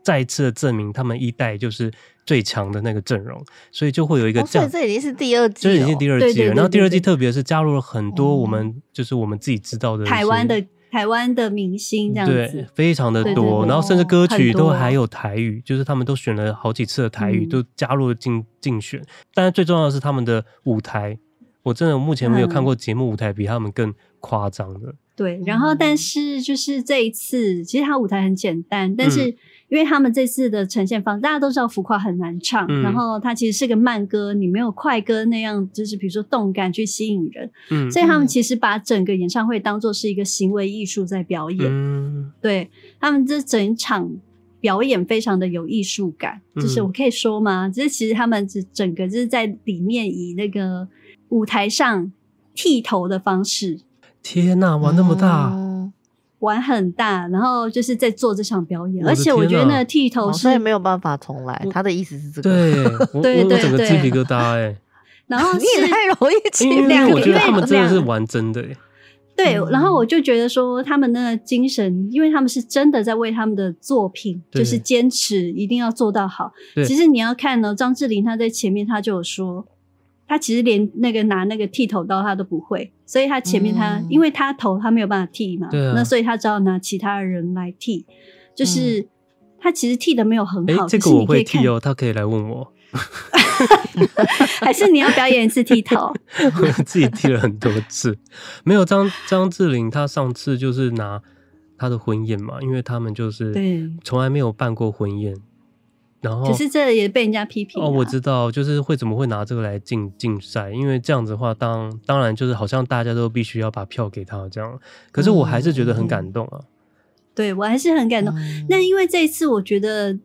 [SPEAKER 3] 再一次的证明他们一代就是最强的那个阵容，所以就会有一个
[SPEAKER 5] 哦，
[SPEAKER 3] 这
[SPEAKER 5] 所
[SPEAKER 3] 样。
[SPEAKER 5] 以这已经是第二季
[SPEAKER 3] 这
[SPEAKER 5] 了，
[SPEAKER 3] 已经第二
[SPEAKER 1] 对
[SPEAKER 3] 季
[SPEAKER 1] 对
[SPEAKER 3] 了，
[SPEAKER 1] 对
[SPEAKER 3] 然后第
[SPEAKER 1] 对
[SPEAKER 3] 二季
[SPEAKER 1] 对
[SPEAKER 3] 特别是加入了很多
[SPEAKER 5] 哦
[SPEAKER 3] 我们就是我们自己知道的一
[SPEAKER 1] 台
[SPEAKER 3] 些
[SPEAKER 1] 湾的台湾的明星这样
[SPEAKER 3] 对
[SPEAKER 1] 子，，
[SPEAKER 3] 非常的
[SPEAKER 1] 对对
[SPEAKER 3] 多，
[SPEAKER 1] 对哦
[SPEAKER 3] 然后甚至歌
[SPEAKER 1] 很
[SPEAKER 3] 曲
[SPEAKER 1] 多
[SPEAKER 3] 都还有台语，就是他们都选了好几次的台语，
[SPEAKER 1] 嗯
[SPEAKER 3] 都加入了竞竞选。但是最重要的是他们的舞台，我真的目前没有看
[SPEAKER 1] 嗯
[SPEAKER 3] 过节目舞台比他们更夸张的。
[SPEAKER 1] 对。然后，但是就是这一次，其实他舞台很简单，但是
[SPEAKER 3] 嗯
[SPEAKER 1] 因为他们这次的呈现方，大家都知道浮夸很难唱，
[SPEAKER 3] 嗯
[SPEAKER 1] 然后它其实是个慢歌，你没有快歌那样，就是比如说动感去吸引人，
[SPEAKER 3] 嗯
[SPEAKER 1] 所以他们其实把整个演唱会当做是一个行为艺术在表演。
[SPEAKER 3] 嗯
[SPEAKER 1] 对他们这整场表演非常的有艺术感，就是
[SPEAKER 3] 嗯
[SPEAKER 1] 我可以说吗？就是其实他们这整个就是在里面以那个舞台上剃头的方式
[SPEAKER 3] 天呐，玩那么大，
[SPEAKER 1] 哦
[SPEAKER 5] 嗯
[SPEAKER 1] 玩很大，然后就是在做这场表演，
[SPEAKER 3] 我的
[SPEAKER 1] 而且我觉得
[SPEAKER 3] 天啊
[SPEAKER 1] 那个剃头
[SPEAKER 5] 哦
[SPEAKER 1] 是
[SPEAKER 5] 所以没有办法重来
[SPEAKER 3] 我。
[SPEAKER 5] 他的意思是这个，
[SPEAKER 3] 对我我
[SPEAKER 1] 对
[SPEAKER 3] 我
[SPEAKER 1] 对
[SPEAKER 3] 整个鸡
[SPEAKER 1] 对
[SPEAKER 3] 皮疙瘩哎，
[SPEAKER 1] 然后
[SPEAKER 5] 你也
[SPEAKER 1] 是
[SPEAKER 5] 太容易 起
[SPEAKER 3] 因
[SPEAKER 5] 两
[SPEAKER 3] 为我
[SPEAKER 5] 个
[SPEAKER 3] 觉得他
[SPEAKER 5] 月
[SPEAKER 3] 们真的是
[SPEAKER 1] 两
[SPEAKER 3] 玩真的哎，
[SPEAKER 1] 对，
[SPEAKER 5] 嗯
[SPEAKER 1] 然后我就觉得说他们那个精神，因为他们是真的在为他们的作品，
[SPEAKER 3] 对
[SPEAKER 1] 就是坚持一定要做到好
[SPEAKER 3] 对。
[SPEAKER 1] 其实你要看呢，张智霖他在前面他就有说，他其实连那个拿那个剃头刀他都不会，所以他前面他、
[SPEAKER 5] 嗯
[SPEAKER 1] 因为他头他没有办法剃嘛，
[SPEAKER 3] 对啊
[SPEAKER 1] 那所以他只好拿其他人来剃，就是。他其实剃的没有很
[SPEAKER 3] 哎
[SPEAKER 1] 好，，
[SPEAKER 3] 这
[SPEAKER 1] 可
[SPEAKER 3] 个
[SPEAKER 1] 是你
[SPEAKER 3] 我
[SPEAKER 1] 可以
[SPEAKER 3] 会
[SPEAKER 1] 看
[SPEAKER 3] 剃，哦，他可以来问我，
[SPEAKER 1] 还是你要表演一次剃
[SPEAKER 3] 哦
[SPEAKER 1] 头？
[SPEAKER 3] 我自己剃了很多次，没有张张智霖，他上次就是拿他的婚宴嘛，因为他们就是
[SPEAKER 1] 对
[SPEAKER 3] 从来没有办过婚宴，然后
[SPEAKER 1] 可是这也被人家批评、啊、
[SPEAKER 3] 哦，我知道，就是会怎么会拿这个来竞竞赛？因为这样子的话，当当然就是好像大家都必须要把票给他这样。可是我还是觉得
[SPEAKER 1] 哦
[SPEAKER 3] 很感动啊。
[SPEAKER 1] 对我还是很
[SPEAKER 3] 哦
[SPEAKER 1] 感动。
[SPEAKER 5] 嗯
[SPEAKER 1] 那因为这一次，我觉得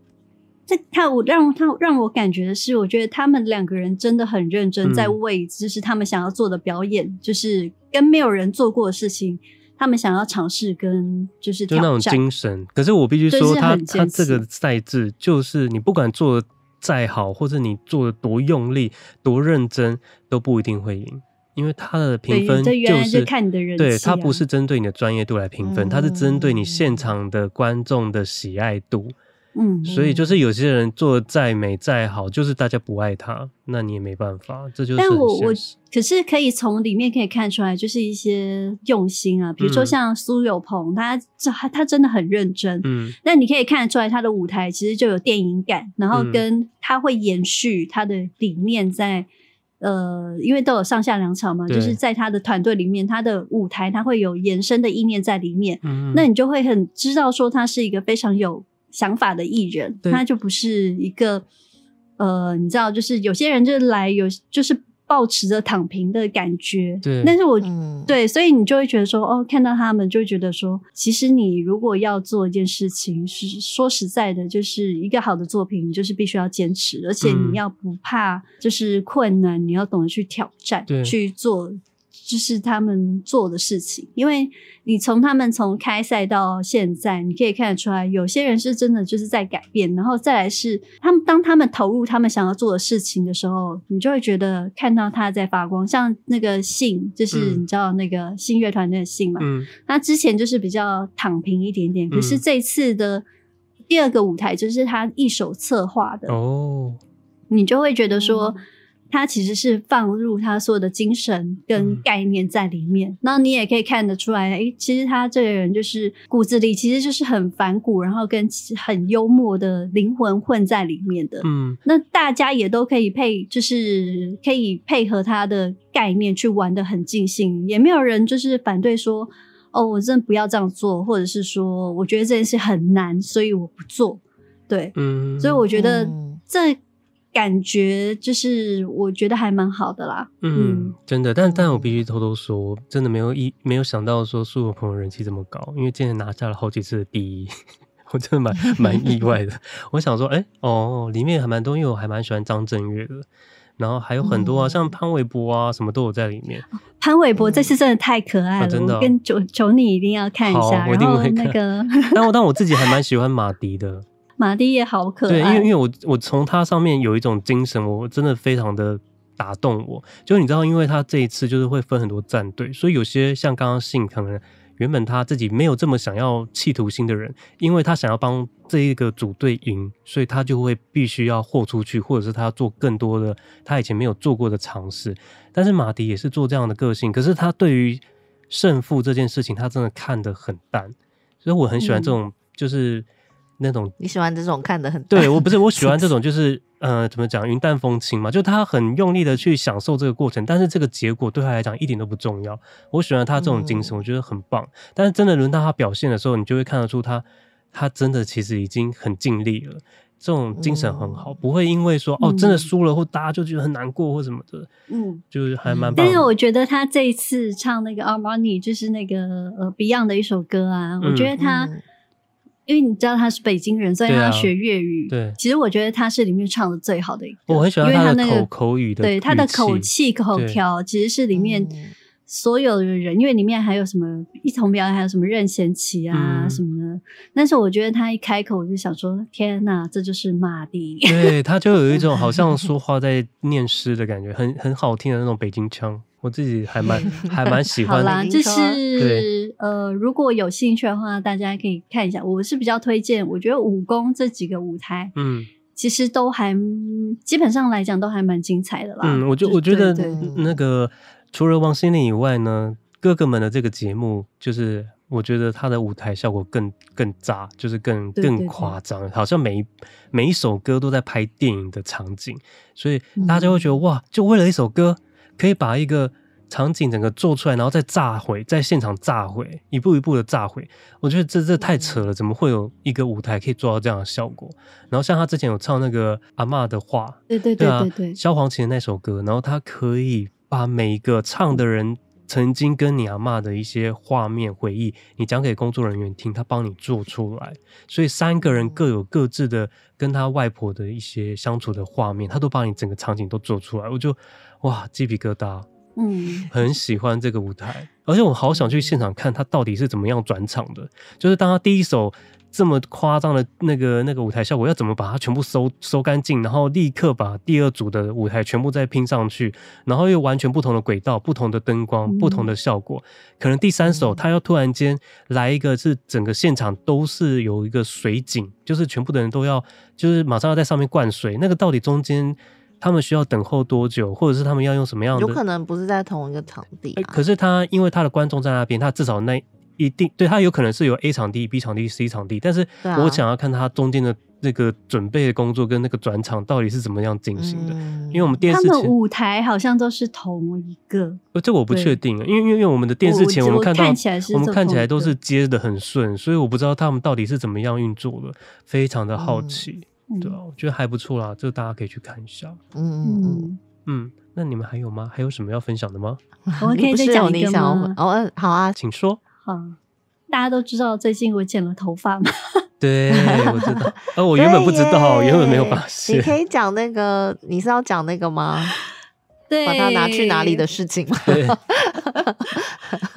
[SPEAKER 1] 这他我让他让我感觉的是，我觉得他们两个人真的很认真，
[SPEAKER 3] 嗯
[SPEAKER 1] 在为就是他们想要做的表演，就是跟没有人做过的事情，他们想要尝试跟就是
[SPEAKER 3] 就 那
[SPEAKER 1] 挑
[SPEAKER 3] 种
[SPEAKER 1] 战。
[SPEAKER 3] 精神。可是我必须说，
[SPEAKER 1] 就是
[SPEAKER 3] 他
[SPEAKER 1] 很
[SPEAKER 3] 他
[SPEAKER 1] 坚
[SPEAKER 3] 这
[SPEAKER 1] 持
[SPEAKER 3] 个赛制，就是你不管做的再好，或者你做的多用力、多认真，都不一定会赢，因为他的评
[SPEAKER 1] 对
[SPEAKER 3] 分
[SPEAKER 1] 这原来
[SPEAKER 3] 是
[SPEAKER 1] 就看你的人
[SPEAKER 3] 对，
[SPEAKER 1] 气
[SPEAKER 3] 他不
[SPEAKER 1] 啊
[SPEAKER 3] 是针对你的专业度来评分，他是针对你现场的观众的喜爱度。
[SPEAKER 1] 嗯，
[SPEAKER 3] 所以就是有些人做的再美再好，就是大家不爱他，那你也没办法，这就是
[SPEAKER 1] 但
[SPEAKER 3] 很
[SPEAKER 1] 我我
[SPEAKER 3] 现实。
[SPEAKER 1] 可是可以从里面可以看出来，就是一些用心啊，比如说
[SPEAKER 3] 嗯
[SPEAKER 1] 像苏有朋，他他他真的很认真，
[SPEAKER 3] 嗯，
[SPEAKER 1] 那你可以看得出来，他的舞台其实就有电影感，然后
[SPEAKER 3] 嗯
[SPEAKER 1] 跟他会延续他的理念在，呃，因为都有上下两场嘛，
[SPEAKER 3] 对
[SPEAKER 1] 就是在他的团队里面，他的舞台他会有延伸的意念在里面，
[SPEAKER 3] 嗯
[SPEAKER 1] 那你就会很知道说他是一个非常有想法的艺人，
[SPEAKER 3] 对
[SPEAKER 1] 他就不是一个，呃，你知道，就是有些人就是来有就是抱持着躺平的感觉，
[SPEAKER 3] 对
[SPEAKER 1] 但是我
[SPEAKER 5] 嗯，
[SPEAKER 1] 对，所以你就会觉得说，哦，看到他们就会觉得说，其实你如果要做一件事情，是说实在的，就是一个好的作品，你就是必须要坚持，而且
[SPEAKER 3] 嗯
[SPEAKER 1] 你要不怕就是困难，你要懂得去挑战
[SPEAKER 3] 对，
[SPEAKER 1] 去做。就是他们做的事情，因为你从他们从开赛到现在，你可以看得出来，有些人是真的就是在改变，然后再来是他们当他们投入他们想要做的事情的时候，你就会觉得看到他在发光。像那个信，就是
[SPEAKER 3] 嗯
[SPEAKER 1] 你知道那个信乐团的信嘛，
[SPEAKER 3] 嗯
[SPEAKER 1] 他之前就是比较躺平一点点，可是
[SPEAKER 3] 嗯
[SPEAKER 1] 这次的第二个舞台就是他一手策划的，
[SPEAKER 3] 哦，
[SPEAKER 1] 你就会觉得说，他其实是放入他所有的精神
[SPEAKER 3] 嗯
[SPEAKER 1] 跟概念在里面。那、你也可以看得出来，诶，其实他这个人就是骨子里其实就是很反骨，然后跟很幽默的灵魂混在里面的。
[SPEAKER 3] 嗯
[SPEAKER 1] 那大家也都可以配，就是可以配合他的概念去玩的很尽兴，也没有人就是反对说，哦，我真的不要这样做，或者是说，我觉得这件事很难，所以我不做。对，
[SPEAKER 3] 嗯，
[SPEAKER 1] 所以我觉得
[SPEAKER 5] 嗯
[SPEAKER 1] 这感觉就是我觉得还蛮好的啦。
[SPEAKER 3] 嗯
[SPEAKER 1] 嗯
[SPEAKER 3] 真的，但但我必须偷偷说，我真的没有一没有想到说苏有朋友人气这么高，因为今年拿下了好几次的第一。 我真的蛮蛮意外的， 我想说，哎、哦，里面还蛮多，因为我还蛮喜欢张震岳的，然后还有很
[SPEAKER 1] 哦
[SPEAKER 3] 多啊，
[SPEAKER 5] 嗯
[SPEAKER 3] 像潘玮柏啊，什么都有在里面。
[SPEAKER 1] 潘玮柏
[SPEAKER 5] 嗯
[SPEAKER 1] 这次真的太可爱
[SPEAKER 3] 啊
[SPEAKER 1] 了，
[SPEAKER 3] 真的哦
[SPEAKER 1] 我跟求求你一定要看一
[SPEAKER 3] 好
[SPEAKER 1] 下。
[SPEAKER 3] 我一定
[SPEAKER 1] 然后
[SPEAKER 3] 会
[SPEAKER 1] 那
[SPEAKER 3] 看
[SPEAKER 1] 个
[SPEAKER 3] 但我但我自己还蛮喜欢马迪的，
[SPEAKER 1] 马蒂也好可爱，
[SPEAKER 3] 对，因为因为我我从他上面有一种精神，我真的非常的打动我。就你知道，因为他这一次就是会分很多战队，所以有些像刚刚信可能原本他自己没有这么想要企图心的人，因为他想要帮这一个组队赢，所以他就会必须要豁出去，或者是他要做更多的他以前没有做过的尝试。但是马迪也是做这样的个性，可是他对于胜负这件事情，他真的看得很淡，所以我很喜
[SPEAKER 1] 嗯
[SPEAKER 3] 欢这种、就是那种
[SPEAKER 5] 你喜欢这种看的很
[SPEAKER 3] 对我不是 我喜欢这种，就是呃，怎么讲，云淡风轻嘛，就他很用力的去享受这个过程，但是这个结果对他来讲一点都不重要。我喜欢他这种精
[SPEAKER 1] 嗯
[SPEAKER 3] 神，我觉得很棒。但是真的轮到他表现的时候，你就会看得出他，他真的其实已经很尽力了。这种精神很好，
[SPEAKER 5] 嗯
[SPEAKER 3] 不会因为说哦
[SPEAKER 1] 嗯
[SPEAKER 3] 真的输了或大家就觉得很难过或什么的，
[SPEAKER 1] 嗯。
[SPEAKER 3] 就是还蛮棒
[SPEAKER 1] 但
[SPEAKER 3] 的。
[SPEAKER 1] 是我觉得他这一次唱那个 Armani，就是那个呃 Beyond 的一首歌啊，
[SPEAKER 3] 嗯
[SPEAKER 1] 我觉得他，
[SPEAKER 5] 嗯
[SPEAKER 1] 因为你知道他是北京人，所以他
[SPEAKER 3] 对啊
[SPEAKER 1] 要学粤语。
[SPEAKER 3] 对
[SPEAKER 1] 其实我觉得他是里面唱的最好的一个，
[SPEAKER 3] 我很喜
[SPEAKER 1] 因
[SPEAKER 3] 欢
[SPEAKER 1] 为
[SPEAKER 3] 他
[SPEAKER 1] 他
[SPEAKER 3] 的
[SPEAKER 1] 那
[SPEAKER 3] 口
[SPEAKER 1] 个
[SPEAKER 3] 口语的，
[SPEAKER 1] 对他的口，气口条，其实是里面
[SPEAKER 5] 嗯
[SPEAKER 1] 所有的人，因为里面还有什么一同表演，还有什么任贤齐啊、
[SPEAKER 3] 嗯
[SPEAKER 1] 什么的。但是我觉得他一开口，我就想说，天哪，这就是马迪。
[SPEAKER 3] 对他就有一种好像说话在念诗的感觉，很很好听的那种北京腔，我自己还蛮还蛮喜
[SPEAKER 1] 好
[SPEAKER 3] 欢的。
[SPEAKER 1] 啦，
[SPEAKER 5] 已
[SPEAKER 1] 就
[SPEAKER 5] 经说啊
[SPEAKER 1] 是呃，如果有兴趣的话，大家可以看一下。我是比较推荐，我觉得武功这几个舞台，
[SPEAKER 3] 嗯
[SPEAKER 1] 其实都还基本上来讲都还蛮精彩的啦。
[SPEAKER 3] 嗯，我就
[SPEAKER 1] 就
[SPEAKER 3] 我觉得
[SPEAKER 1] 对对
[SPEAKER 5] 对
[SPEAKER 3] 那个除了王心凌以外呢，哥哥们的这个节目就是。我觉得他的舞台效果更更炸，就是更
[SPEAKER 1] 对对
[SPEAKER 3] 更
[SPEAKER 1] 对
[SPEAKER 3] 夸张，好像每一每一首歌都在拍
[SPEAKER 1] 嗯
[SPEAKER 3] 电影的场景，所以大家会觉得、哇，就为了一首歌，可以把一个场景整个做出来，然后再炸毁，在现场炸毁，一步一步的炸毁。我觉得这这
[SPEAKER 1] 嗯
[SPEAKER 3] 太扯了，怎么会有一个舞台可以做到这样的效果？然后像他之前有唱那个阿嬷的话，
[SPEAKER 1] 对对
[SPEAKER 3] 对
[SPEAKER 1] 对
[SPEAKER 3] 啊
[SPEAKER 1] 对，对，
[SPEAKER 3] 萧煌奇的那首歌，然后他可以把每一个唱的人曾经跟你阿嬷的一些画面回忆，你讲给工作人员听，他帮你做出来。所以三个人各有各自的跟他外婆的一些相处的画面，他都把你整个场景都做出来，我就哇鸡皮疙瘩，
[SPEAKER 1] 嗯，
[SPEAKER 3] 很喜欢这个舞台，而且我好想去现场看他到底是怎么样转场的。就是当他第一首这么夸张的那个那个舞台效果，要怎么把它全部收收干净，然后立刻把第二组的舞台全部再拼上去，然后又完全不同的轨道、不同的灯光、
[SPEAKER 1] 嗯
[SPEAKER 3] 不同的效果。可能第三首
[SPEAKER 5] 嗯
[SPEAKER 3] 他要突然间来一个是整个现场都是有一个水井，就是全部的人都要就是马上要在上面灌水，那个到底中间。他们需要等候多久，或者是他们要用什么样的？
[SPEAKER 5] 有可能不是在同一个场地
[SPEAKER 3] 哎，
[SPEAKER 5] 啊。
[SPEAKER 3] 可是他因为他的观众在那边，他至少那一定对他有可能是有 A 场地、B 场地、C 场地，但是
[SPEAKER 5] 对啊
[SPEAKER 3] 我想要看他中间的那个准备的工作跟那个转场到底是怎么样进行的。
[SPEAKER 5] 嗯
[SPEAKER 3] 因为我们电
[SPEAKER 1] 他
[SPEAKER 3] 视
[SPEAKER 1] 们
[SPEAKER 3] 前，
[SPEAKER 1] 舞台好像都是同一个，
[SPEAKER 3] 呃这我不
[SPEAKER 1] 对
[SPEAKER 3] 确定，因为因为因为我们的电视前，
[SPEAKER 1] 我
[SPEAKER 3] 我们
[SPEAKER 1] 我
[SPEAKER 3] 看到
[SPEAKER 1] 看起来是
[SPEAKER 3] 我们
[SPEAKER 1] 这
[SPEAKER 3] 看起
[SPEAKER 1] 种
[SPEAKER 3] 来都
[SPEAKER 1] 的
[SPEAKER 3] 是接的很顺，所以我不知道他们到底是怎么样运作的，非常的好
[SPEAKER 5] 嗯
[SPEAKER 3] 奇，
[SPEAKER 1] 嗯
[SPEAKER 3] 对啊，我觉得还不错啦，就大家可以去看一下。
[SPEAKER 5] 嗯嗯嗯，
[SPEAKER 1] 嗯，
[SPEAKER 3] 嗯，那你们还有吗？还有什么要分享的吗？
[SPEAKER 1] 我可以
[SPEAKER 5] 不
[SPEAKER 1] 再
[SPEAKER 5] 是
[SPEAKER 1] 讲
[SPEAKER 5] 有
[SPEAKER 1] 一
[SPEAKER 5] 你
[SPEAKER 1] 个
[SPEAKER 5] 想要
[SPEAKER 1] 吗
[SPEAKER 5] 问哦，好啊，
[SPEAKER 3] 请说。
[SPEAKER 1] 好，大家都知道最近我剪了头发嘛，
[SPEAKER 3] 对，我知 道。呃， 我原本不知道，
[SPEAKER 5] 对耶
[SPEAKER 3] 原本没有发现。
[SPEAKER 5] 你可以讲那个，你是要讲那个吗？
[SPEAKER 1] 对，
[SPEAKER 5] 把它拿去哪里的事情吗？
[SPEAKER 3] 对，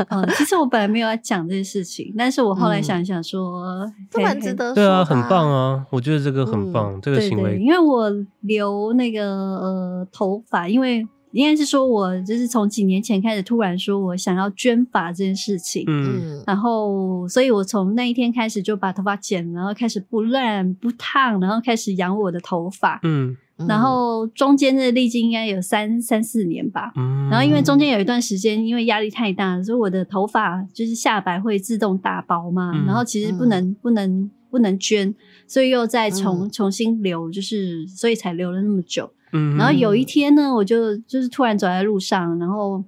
[SPEAKER 1] 嗯，其实我本来没有要讲这件事情，但是我后来想一想说，
[SPEAKER 5] 这
[SPEAKER 1] 嘿
[SPEAKER 5] 嗯蛮
[SPEAKER 1] 嘿
[SPEAKER 5] 值得。
[SPEAKER 3] 对啊，很棒！啊！我觉得这个很棒，这个
[SPEAKER 1] 对
[SPEAKER 3] 行
[SPEAKER 1] 嗯对，
[SPEAKER 3] 为
[SPEAKER 1] 因为我留那个呃头发，因为应该是说我就是从几年前开始突然说我想要捐发这件事情，
[SPEAKER 3] 嗯，
[SPEAKER 5] 嗯，
[SPEAKER 1] 然后所以我从那一天开始就把头发剪，然后开始不乱不烫，然后开始养我的头发，
[SPEAKER 3] 嗯
[SPEAKER 5] 嗯
[SPEAKER 1] 然后中间的历经应该有三三四年吧，
[SPEAKER 3] 嗯。
[SPEAKER 1] 然后因为中间有一段时间，因为压力太大，所以我的头发就是下摆会自动打薄嘛，
[SPEAKER 3] 嗯
[SPEAKER 1] 然后其实不能、不能不能捐，所以又再重、
[SPEAKER 5] 嗯
[SPEAKER 1] 重新留，就是所以才留了那么久。
[SPEAKER 3] 嗯，
[SPEAKER 1] 然后有一天呢，我就就是突然走在路上，然后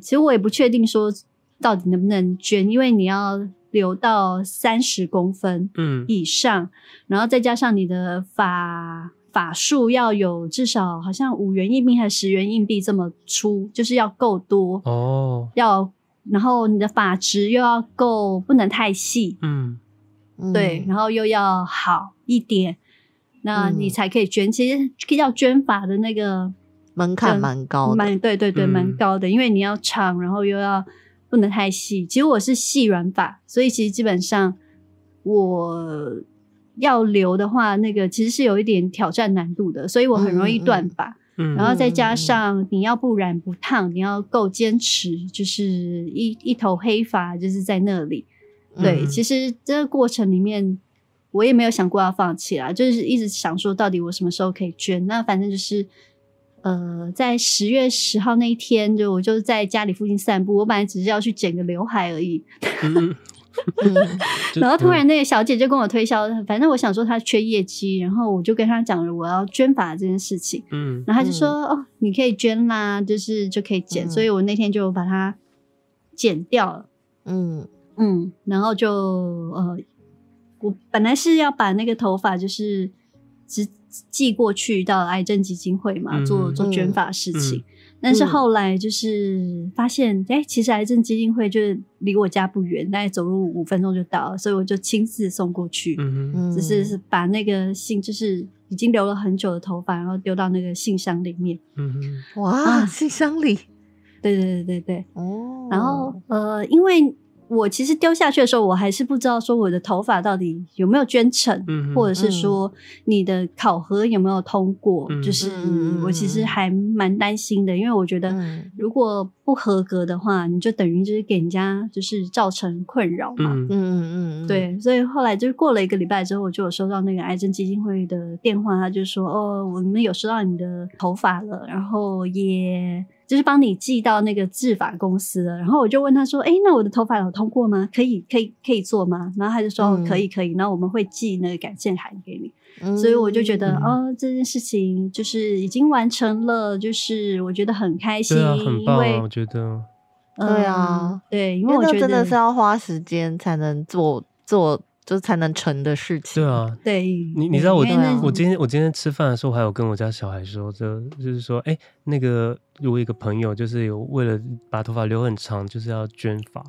[SPEAKER 1] 其实我也不确定说到底能不能捐，因为你要留到三十公分
[SPEAKER 3] 嗯
[SPEAKER 1] 以上，然后再加上你的法法术要有至少好像五元硬币还是十元硬币这么粗，就是要够多，
[SPEAKER 3] 哦
[SPEAKER 1] 要然后你的法值又要够，不能太细，
[SPEAKER 3] 嗯
[SPEAKER 1] 对，然后又要好一点，那你才可以捐。其实要捐法的那个
[SPEAKER 5] 门槛蛮高的，
[SPEAKER 1] 蛮对对对，
[SPEAKER 3] 嗯
[SPEAKER 1] 蛮高的，因为你要长，然后又要不能太细。其实我是细软发，所以其实基本上我要留的话，那个其实是有一点挑战难度的，所以我很容易
[SPEAKER 5] 嗯嗯
[SPEAKER 1] 断发。
[SPEAKER 3] 嗯，
[SPEAKER 1] 然后再
[SPEAKER 5] 嗯嗯
[SPEAKER 1] 加
[SPEAKER 5] 嗯
[SPEAKER 1] 上你要不染不烫，你要够坚持，就是一一头黑发就是在那里。对，
[SPEAKER 3] 嗯
[SPEAKER 1] 其实这个过程里面，我也没有想过要放弃啦，就是一直想说到底我什么时候可以捐。那反正就是，呃，在十月十号那一天，就我就在家里附近散步，我本来只是要去剪个刘海而已，
[SPEAKER 3] 嗯 嗯
[SPEAKER 5] 嗯
[SPEAKER 3] 就
[SPEAKER 1] 然后突然那个小姐就跟我推销，反正我想说她缺业绩，然后我就跟她讲了我要捐发这件事情。
[SPEAKER 3] 嗯
[SPEAKER 1] 然后他就说：“哦，你可以捐啦，就是就可以剪。
[SPEAKER 5] 嗯
[SPEAKER 1] 所以我那天就把它剪掉了。
[SPEAKER 5] 嗯
[SPEAKER 1] 嗯，然后就呃，我本来是要把那个头发就是直寄过去到癌症基金会嘛，
[SPEAKER 3] 嗯
[SPEAKER 1] 做做捐
[SPEAKER 5] 嗯
[SPEAKER 1] 发事情。
[SPEAKER 3] 嗯
[SPEAKER 1] 但是
[SPEAKER 5] 嗯
[SPEAKER 1] 后来就是发现，哎、其实癌症基金会就是离我家不远，大概走路五分钟就到了，所以我就亲自送过去。
[SPEAKER 3] 嗯嗯
[SPEAKER 5] 嗯，
[SPEAKER 1] 只是把那个信，就是已经留了很久的头发，然后丢到那个信箱里面。
[SPEAKER 3] 嗯
[SPEAKER 5] 哇，信箱里
[SPEAKER 1] 对对对对对。
[SPEAKER 5] 哦，
[SPEAKER 1] 啊然后呃，因为我其实丢下去的时候，我还是不知道说我的头发到底有没有捐成，
[SPEAKER 3] 嗯
[SPEAKER 1] 或者是说你的考核有没有通过。
[SPEAKER 3] 嗯
[SPEAKER 1] 就是
[SPEAKER 5] 嗯嗯嗯
[SPEAKER 1] 我其实
[SPEAKER 5] 嗯
[SPEAKER 1] 还蛮担心的，因为我觉得
[SPEAKER 5] 嗯
[SPEAKER 1] 如果不合格的话，你就等于就是给人家就是造成困扰嘛。
[SPEAKER 5] 嗯
[SPEAKER 3] 嗯
[SPEAKER 5] 嗯嗯，嗯，
[SPEAKER 1] 对，所以后来就是过了一个礼拜之后，我就有收到那个癌症基金会的电话，他就说：“哦，我们有收到你的头发了，然后也就是帮你寄到那个制发公司了。”然后我就问他说：“哎，那我的头发有通过吗？可以，可以，可以做吗？”然后他就说：“哦
[SPEAKER 5] 嗯
[SPEAKER 1] 可以，可以。”然后我们会寄那个感谢函给你。所以我就觉得
[SPEAKER 3] 嗯
[SPEAKER 1] 哦，这件事情就是已经完成了，就是我觉得很开心，
[SPEAKER 3] 对啊，很棒
[SPEAKER 1] 因
[SPEAKER 3] 啊，
[SPEAKER 1] 为
[SPEAKER 3] 我觉得。
[SPEAKER 1] 嗯
[SPEAKER 5] 对啊
[SPEAKER 1] 对，因
[SPEAKER 5] 因
[SPEAKER 1] 为
[SPEAKER 5] 为
[SPEAKER 1] 我
[SPEAKER 5] 那
[SPEAKER 1] 觉得
[SPEAKER 5] 真的是要花时间才能做做，就是才能成的事情。
[SPEAKER 3] 对，啊，
[SPEAKER 1] 对
[SPEAKER 3] 你你知道我啊
[SPEAKER 1] 因为那嗯
[SPEAKER 3] 我今天我今天吃饭的时候，还有跟我家小孩说，就就是说，哎、那个我有一个朋友，就是有为了把头发留很长，就是要捐发，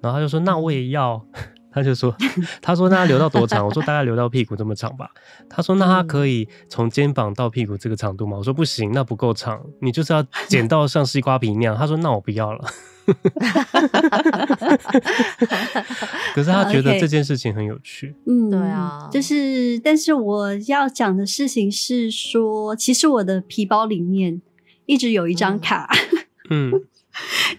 [SPEAKER 3] 然后他就说，那我也要。 他就说，他说那他留到多长？我说大概留到屁股这么长吧。他说那他可以从肩膀到屁股这个长度吗？我说不行，那不够长，你就是要剪到像西瓜皮那样。他说那我不要了。 可是他觉得
[SPEAKER 1] OK
[SPEAKER 3] 这件事情很有趣。
[SPEAKER 1] 嗯，
[SPEAKER 5] 对啊
[SPEAKER 1] 就是，但是我要讲的事情是说，其实我的皮包里面一直有一张
[SPEAKER 5] 嗯
[SPEAKER 1] 卡，
[SPEAKER 3] 嗯，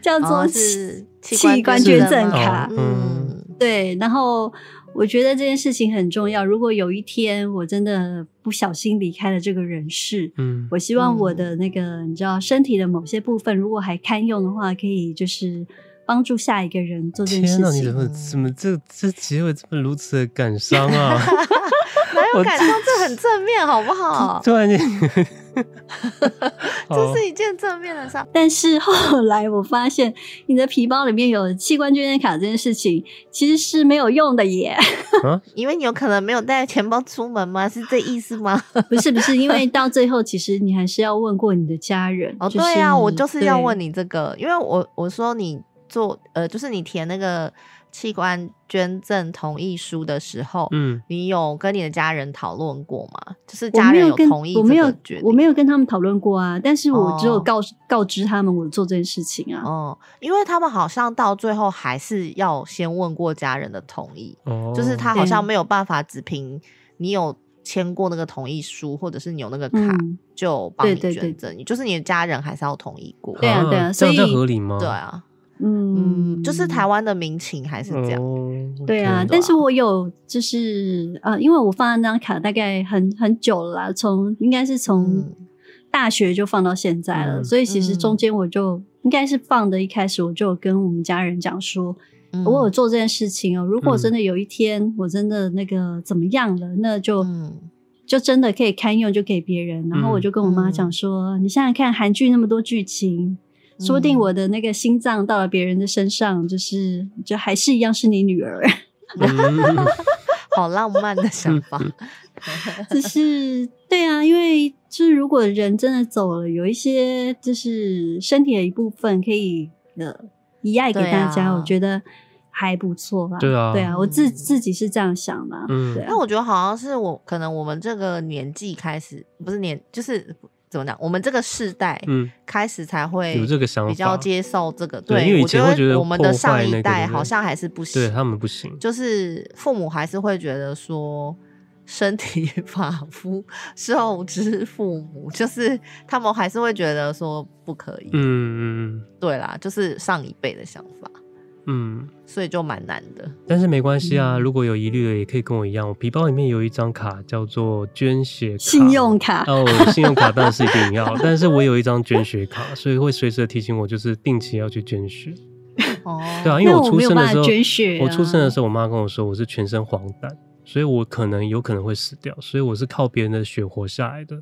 [SPEAKER 1] 叫
[SPEAKER 5] 然后
[SPEAKER 1] 做
[SPEAKER 5] 啊是
[SPEAKER 1] 器官捐赠卡
[SPEAKER 3] 哦
[SPEAKER 5] 嗯，
[SPEAKER 1] 对，然后我觉得这件事情很重要。如果有一天我真的不小心离开了这个人世，
[SPEAKER 3] 嗯，
[SPEAKER 1] 我希望我的那个、你知道身体的某些部分，如果还堪用的话，可以就是帮助下一个人做这件
[SPEAKER 3] 天
[SPEAKER 1] 事
[SPEAKER 3] 哪，你
[SPEAKER 1] 情
[SPEAKER 3] 怎。么怎么这这结尾这么如此的感伤啊？
[SPEAKER 5] 哪有
[SPEAKER 3] 我
[SPEAKER 5] 感受？这很正面，好不 好？
[SPEAKER 3] 突然间，啊
[SPEAKER 5] 这是一件正面的事。
[SPEAKER 1] 但是后来我发现，你的皮包里面有器官捐献卡这件事情其实是没有用的 耶。
[SPEAKER 3] 哦啊
[SPEAKER 5] 因为你有可能没有带钱包出门吗？是这意思吗？
[SPEAKER 1] 不是不是，因为到最后其实你还是要问过你的家人。
[SPEAKER 5] 哦，
[SPEAKER 1] 就是
[SPEAKER 5] 对呀、我就是要
[SPEAKER 1] 对
[SPEAKER 5] 问你这个，因为我我说你做呃，就是你填那个器官捐赠同意书的时候，
[SPEAKER 3] 嗯
[SPEAKER 5] 你有跟你的家人讨论过吗？就是
[SPEAKER 1] 我
[SPEAKER 5] 家
[SPEAKER 1] 没
[SPEAKER 5] 人
[SPEAKER 1] 有跟
[SPEAKER 5] 同意
[SPEAKER 1] 我没
[SPEAKER 5] 这
[SPEAKER 1] 有
[SPEAKER 5] 个决定，
[SPEAKER 1] 我没有跟他们讨论过啊，但是我只有
[SPEAKER 5] 哦
[SPEAKER 1] 告、告知他们我做这件事情啊。
[SPEAKER 5] 哦、因为他们好像到最后还是要先问过家人的同意，
[SPEAKER 3] 哦，
[SPEAKER 5] 就是他好像
[SPEAKER 1] 对
[SPEAKER 5] 没有办法只凭你有签过那个同意书，或者是你有那个卡、
[SPEAKER 1] 嗯，
[SPEAKER 5] 就帮
[SPEAKER 1] 对
[SPEAKER 5] 你
[SPEAKER 1] 对对
[SPEAKER 5] 捐赠，你就是你的家人还是要同意过。
[SPEAKER 1] 对啊对啊
[SPEAKER 3] 这样
[SPEAKER 1] 所
[SPEAKER 3] 这
[SPEAKER 1] 以
[SPEAKER 3] 合理吗？
[SPEAKER 5] 对啊，
[SPEAKER 1] 嗯
[SPEAKER 5] 嗯，就是台湾的民情还是这样。
[SPEAKER 3] 哦，
[SPEAKER 1] 对啊，
[SPEAKER 3] OK
[SPEAKER 1] 但是我有就是呃，因为我放在那张卡大概很很久了啦，从应该是从
[SPEAKER 5] 嗯
[SPEAKER 1] 大学就放到现在了，
[SPEAKER 3] 嗯
[SPEAKER 1] 所以其实中
[SPEAKER 5] 嗯
[SPEAKER 1] 间我就、应该是放的，一开始我就有跟我们家人讲说，
[SPEAKER 5] 嗯
[SPEAKER 1] 我有做这件事情哦、如果
[SPEAKER 3] 嗯
[SPEAKER 1] 真的有一天我真的那个怎么样了，那就、
[SPEAKER 5] 嗯
[SPEAKER 1] 就真的可以堪用，就给别人。然后我就跟我妈
[SPEAKER 5] 嗯
[SPEAKER 1] 讲说，你想想看，韩剧那么多剧情。说不
[SPEAKER 5] 嗯
[SPEAKER 1] 定我的那个心脏到了别人的身上，就是就还是一样是你女儿，
[SPEAKER 3] 嗯
[SPEAKER 5] 好浪漫的想法，
[SPEAKER 1] 只是对啊，因为就是如果人真的走了，有一些就是身体的一部分可以呃遗爱给
[SPEAKER 5] 对
[SPEAKER 1] 大
[SPEAKER 5] 啊
[SPEAKER 1] 家，我觉得还不错吧。
[SPEAKER 3] 对啊
[SPEAKER 1] 对啊，我自
[SPEAKER 5] 嗯
[SPEAKER 1] 自己是这样想的啊。
[SPEAKER 3] 嗯
[SPEAKER 1] 对啊
[SPEAKER 5] 但我觉得好像是我可能我们这个年纪开始，不是年就是怎么讲，我们这个世代
[SPEAKER 3] 嗯，
[SPEAKER 5] 开始才会
[SPEAKER 3] 有这个想法，
[SPEAKER 5] 比较接受这个。
[SPEAKER 3] 对因为以
[SPEAKER 5] 我
[SPEAKER 3] 前会觉得
[SPEAKER 5] 我们的
[SPEAKER 3] 破坏
[SPEAKER 5] 上
[SPEAKER 3] 那
[SPEAKER 5] 一
[SPEAKER 3] 个
[SPEAKER 5] 代
[SPEAKER 3] 对不对
[SPEAKER 5] 好像还是不行，
[SPEAKER 3] 对他们不行，
[SPEAKER 5] 就是父母还是会觉得说。身体 发肤受之父母，就是他们还是会觉得说不可以。
[SPEAKER 3] 嗯嗯
[SPEAKER 5] 对啦，就是上一辈的想法，
[SPEAKER 3] 嗯。
[SPEAKER 5] 所以就蛮难的。
[SPEAKER 3] 但是没关系啊，
[SPEAKER 1] 嗯
[SPEAKER 3] 如果有疑虑的也可以跟我一样，我皮包里面有一张卡叫做捐血卡
[SPEAKER 1] 信用卡，
[SPEAKER 3] 哦，信用卡当然是一 定要，但是我有一张捐血卡，所以会随时地提醒我，就是定期要去捐血。
[SPEAKER 5] 哦，
[SPEAKER 3] 对啊，因为
[SPEAKER 1] 那
[SPEAKER 3] 我
[SPEAKER 1] 我
[SPEAKER 3] 出
[SPEAKER 1] 没有
[SPEAKER 3] 生的
[SPEAKER 1] 办法
[SPEAKER 3] 时候，
[SPEAKER 1] 捐血
[SPEAKER 3] 我出生
[SPEAKER 1] 啊
[SPEAKER 3] 的时候，我妈跟我说我是全身黄疸，所以我可能有可能会死掉，所以我是靠别人的血活下来的。
[SPEAKER 1] 哦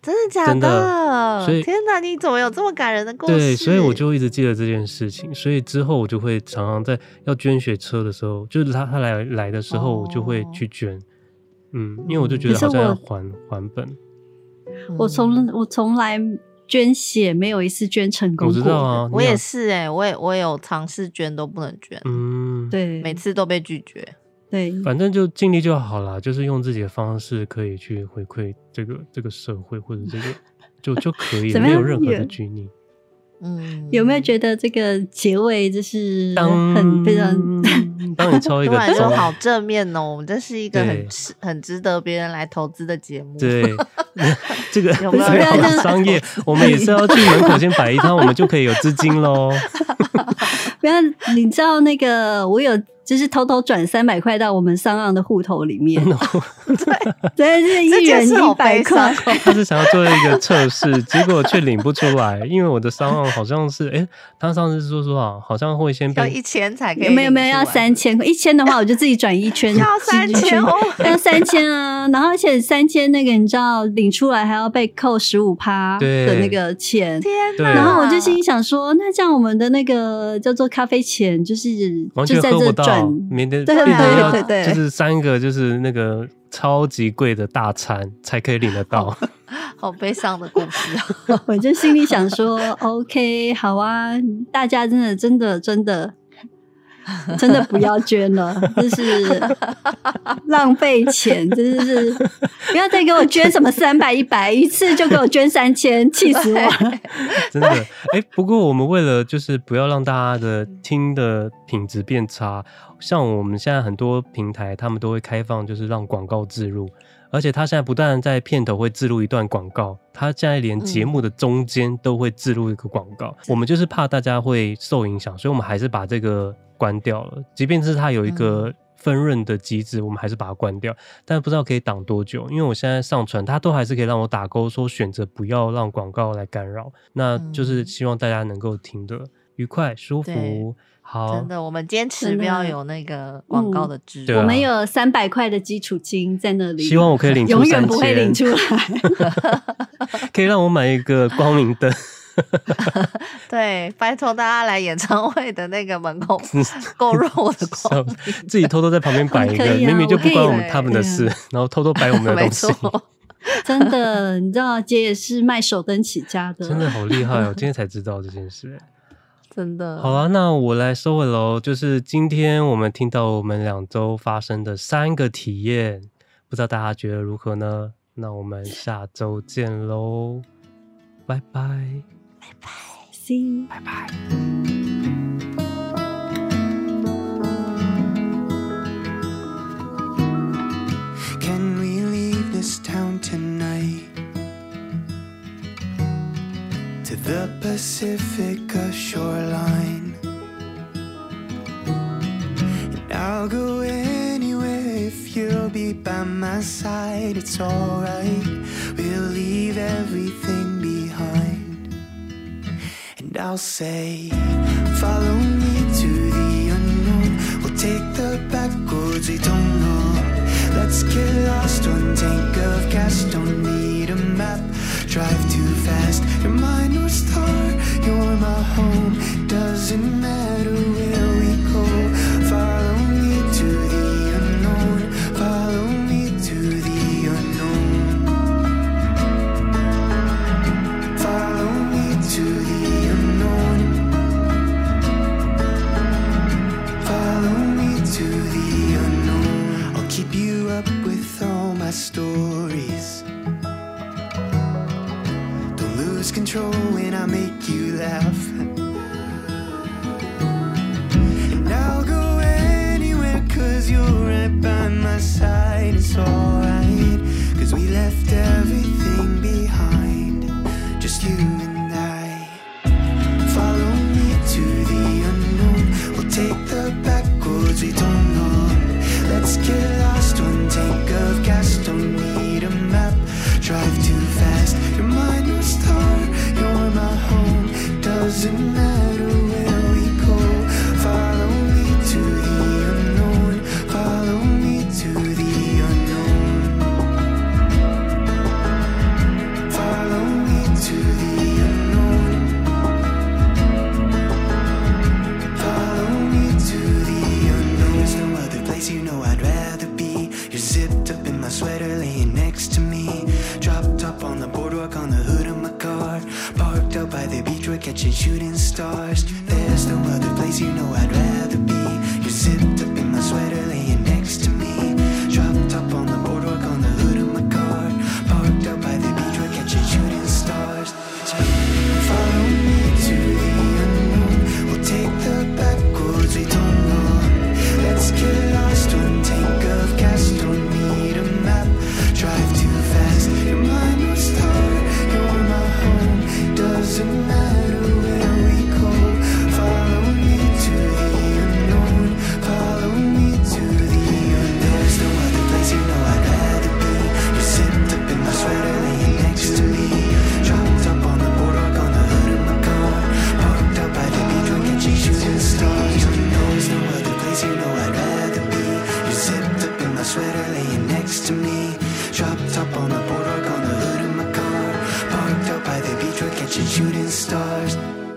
[SPEAKER 5] 真的假
[SPEAKER 3] 真的所以
[SPEAKER 5] 天哪，你怎么有这么感人的故事？嗯
[SPEAKER 3] 对，所以我就一直记得这件事情，所以之后我就会常常在要捐血车的时候，就是他他来来的时候，我就会去捐。嗯，因为我就觉
[SPEAKER 1] 哦
[SPEAKER 3] 得
[SPEAKER 1] 可是
[SPEAKER 3] 好像要
[SPEAKER 1] 我
[SPEAKER 3] 还还本，
[SPEAKER 5] 嗯
[SPEAKER 1] 我从我从来捐血没有一次捐成功
[SPEAKER 3] 我
[SPEAKER 1] 过，
[SPEAKER 3] 知道。啊，
[SPEAKER 5] 我
[SPEAKER 3] 你
[SPEAKER 5] 也
[SPEAKER 3] 有，
[SPEAKER 5] 是哎、我也我也有尝试捐，都不能捐，
[SPEAKER 3] 嗯，，
[SPEAKER 1] 对，
[SPEAKER 5] 每次都被拒绝。
[SPEAKER 1] 对
[SPEAKER 5] 嗯
[SPEAKER 3] 反正就尽力就好啦，就是用自己的方式可以去回馈这个这个社会或者 这个就就可以了，
[SPEAKER 1] 怎么
[SPEAKER 3] 没有
[SPEAKER 1] 样
[SPEAKER 3] 任何的
[SPEAKER 1] 也
[SPEAKER 3] 拘泥。
[SPEAKER 5] 嗯，
[SPEAKER 1] 有没有觉得这个结尾就是
[SPEAKER 3] 当
[SPEAKER 1] 很非 常？
[SPEAKER 3] 当你敲一
[SPEAKER 5] 突
[SPEAKER 3] 个
[SPEAKER 5] 然就
[SPEAKER 3] 钟，
[SPEAKER 5] 好正面哦，我们这是一个
[SPEAKER 3] 对
[SPEAKER 5] 很值很值得别人来投资的节目。
[SPEAKER 3] 对， 这个
[SPEAKER 5] 有没有
[SPEAKER 3] 非
[SPEAKER 1] 人
[SPEAKER 3] 常
[SPEAKER 1] 要
[SPEAKER 3] 商业，我们也是要去门口先摆一摊，我们就可以有资金喽。
[SPEAKER 1] 不要，你知道那个我有就是偷偷转三百块到我们上岸的户头里面， 对，是
[SPEAKER 5] 这
[SPEAKER 1] 一
[SPEAKER 5] 件
[SPEAKER 1] 人
[SPEAKER 5] 事好
[SPEAKER 1] 一百
[SPEAKER 5] 悲伤
[SPEAKER 1] 块
[SPEAKER 5] 哦。
[SPEAKER 3] 他是想要做一个测试，结果却领不出来，因为我的商望好像是，哎、他上次说说啊，好像会先
[SPEAKER 5] 要
[SPEAKER 3] 被
[SPEAKER 5] 一千才可以
[SPEAKER 1] 有
[SPEAKER 5] 领出来，
[SPEAKER 1] 没有没有要三千块？一千的话，我就自己转一 圈。
[SPEAKER 5] 要三
[SPEAKER 1] 寄出去
[SPEAKER 5] 千哦，
[SPEAKER 1] 要三千啊！然后而且三千那个你知道领出来还要被扣十五趴
[SPEAKER 3] 对
[SPEAKER 1] 的那个钱，
[SPEAKER 5] 天
[SPEAKER 3] 对
[SPEAKER 5] 哪！
[SPEAKER 1] 然后我就心里想说，那这样我们的那个叫做咖啡钱，就是
[SPEAKER 3] 完
[SPEAKER 1] 就
[SPEAKER 3] 全
[SPEAKER 1] 在
[SPEAKER 3] 喝不
[SPEAKER 1] 这
[SPEAKER 3] 到
[SPEAKER 1] 转，
[SPEAKER 3] 明天
[SPEAKER 1] 对
[SPEAKER 3] 变得
[SPEAKER 5] 对对
[SPEAKER 3] 要
[SPEAKER 5] 对
[SPEAKER 3] 就是三个就是那个超级贵的大餐才可以领得到，
[SPEAKER 1] 哦
[SPEAKER 5] 好悲伤的故事啊，
[SPEAKER 1] 我就心里想 说，OK，好啊，大家真的真的真的真的不要捐 了，就是浪费钱，真的是不要再给我捐什么三百、一百，一次就给我捐三千，气死我了！
[SPEAKER 3] 真的。哎、不过我们为了就是不要让大家的听的品质变差，像我们现在很多平台他们都会开放，就是让广告植入。而且他现在不但在片头会置入一段广告，他现在连节目的中间都会置入一个广告。我们就是怕大家会受影响，所以我们还是把这个关掉了。即便是它有一个分润的机制，我们还是把它关掉。但不知道可以挡多久，因为我现在上传，它都还是可以让我打勾，说选择不要让广告来干扰。那就是希望大家能够听得愉快、舒
[SPEAKER 5] 对
[SPEAKER 3] 服。好
[SPEAKER 5] 真，的，我们坚持
[SPEAKER 1] 真
[SPEAKER 5] 不
[SPEAKER 1] 的
[SPEAKER 5] 要有那个广告的植
[SPEAKER 3] 对
[SPEAKER 5] 入
[SPEAKER 3] 啊
[SPEAKER 1] 我。们有三百块的基础金在那里，
[SPEAKER 3] 希望我可以领出
[SPEAKER 1] 永
[SPEAKER 3] 三
[SPEAKER 1] 远不会领
[SPEAKER 3] 千，
[SPEAKER 1] 出来。
[SPEAKER 3] 可以让我买一个光明 灯。
[SPEAKER 5] 对，拜托大家来演唱会的那个 门口购入我的光明，
[SPEAKER 3] 自己偷偷在旁边摆一
[SPEAKER 1] 可
[SPEAKER 3] 个，
[SPEAKER 1] 以啊
[SPEAKER 3] 明明就不关我们
[SPEAKER 5] 我可以
[SPEAKER 3] 他们的事，然后偷偷摆我 们的
[SPEAKER 5] 没
[SPEAKER 3] 东西，
[SPEAKER 5] 错。
[SPEAKER 1] 真的，你知道，姐也是卖手灯起家的，
[SPEAKER 3] 真的好厉害哦！今天才知道这件 事。
[SPEAKER 5] 真的。
[SPEAKER 3] 好啦，那我来收尾喽。就是今天我们听到我们两周发生的三个体验，不知道大家觉得如何呢？那我们下周见喽，拜拜。
[SPEAKER 1] See。
[SPEAKER 6] Can we leave this town tonight? To the Pacifica shoreline. And I'll go anywhere if you'll be by my side. It's alright, we'll leave everything behind. And I'll say, Follow me to the unknown. We'll take the back roads we don't know. Let's get lost, one tank of gas. Don't need a map, drive too fast. You're my North Star, you're my home. Doesn't matter where we go. Follow me to the unknown, follow me to the unknown. Follow me to the unknown. Follow me to the unknown. I'll keep you up with all my stories. Don't lose control when I make you laugh. And I'll go anywhere cause you're right by my side. It's alright. Cause we left everything behind. Just you and I. Follow me to the unknown. We'll take the back roads we don't know. Let's get lost, one tank of gas. Don't need a map, drive too fast. You're my north star, you're my home. Doesn't matter where we go. Follow me to the unknown. Follow me to the unknown. Follow me to the unknown. Follow me to the unknown. There's no other place you know I'd rather be. You're zipped up in my sweater, laying next to me. Dropped up on the boardwalk on the hood of my car. Parked out by the beach, we're catching shooting stars. There's no other place you know I'd rather be. You're zipped up in my sweater, laying next to me. Dropped up on the boardwalk on the hood of my car. Parked out by the beach, we're catching shooting stars. Follow me to the unknown. We'll take the back roads we don't know. Let's get lost, one tank of gas. Don't need a map, drive too fast. You're my north star, you're my home. Doesn't matter where we go. beach we're catching shooting stars.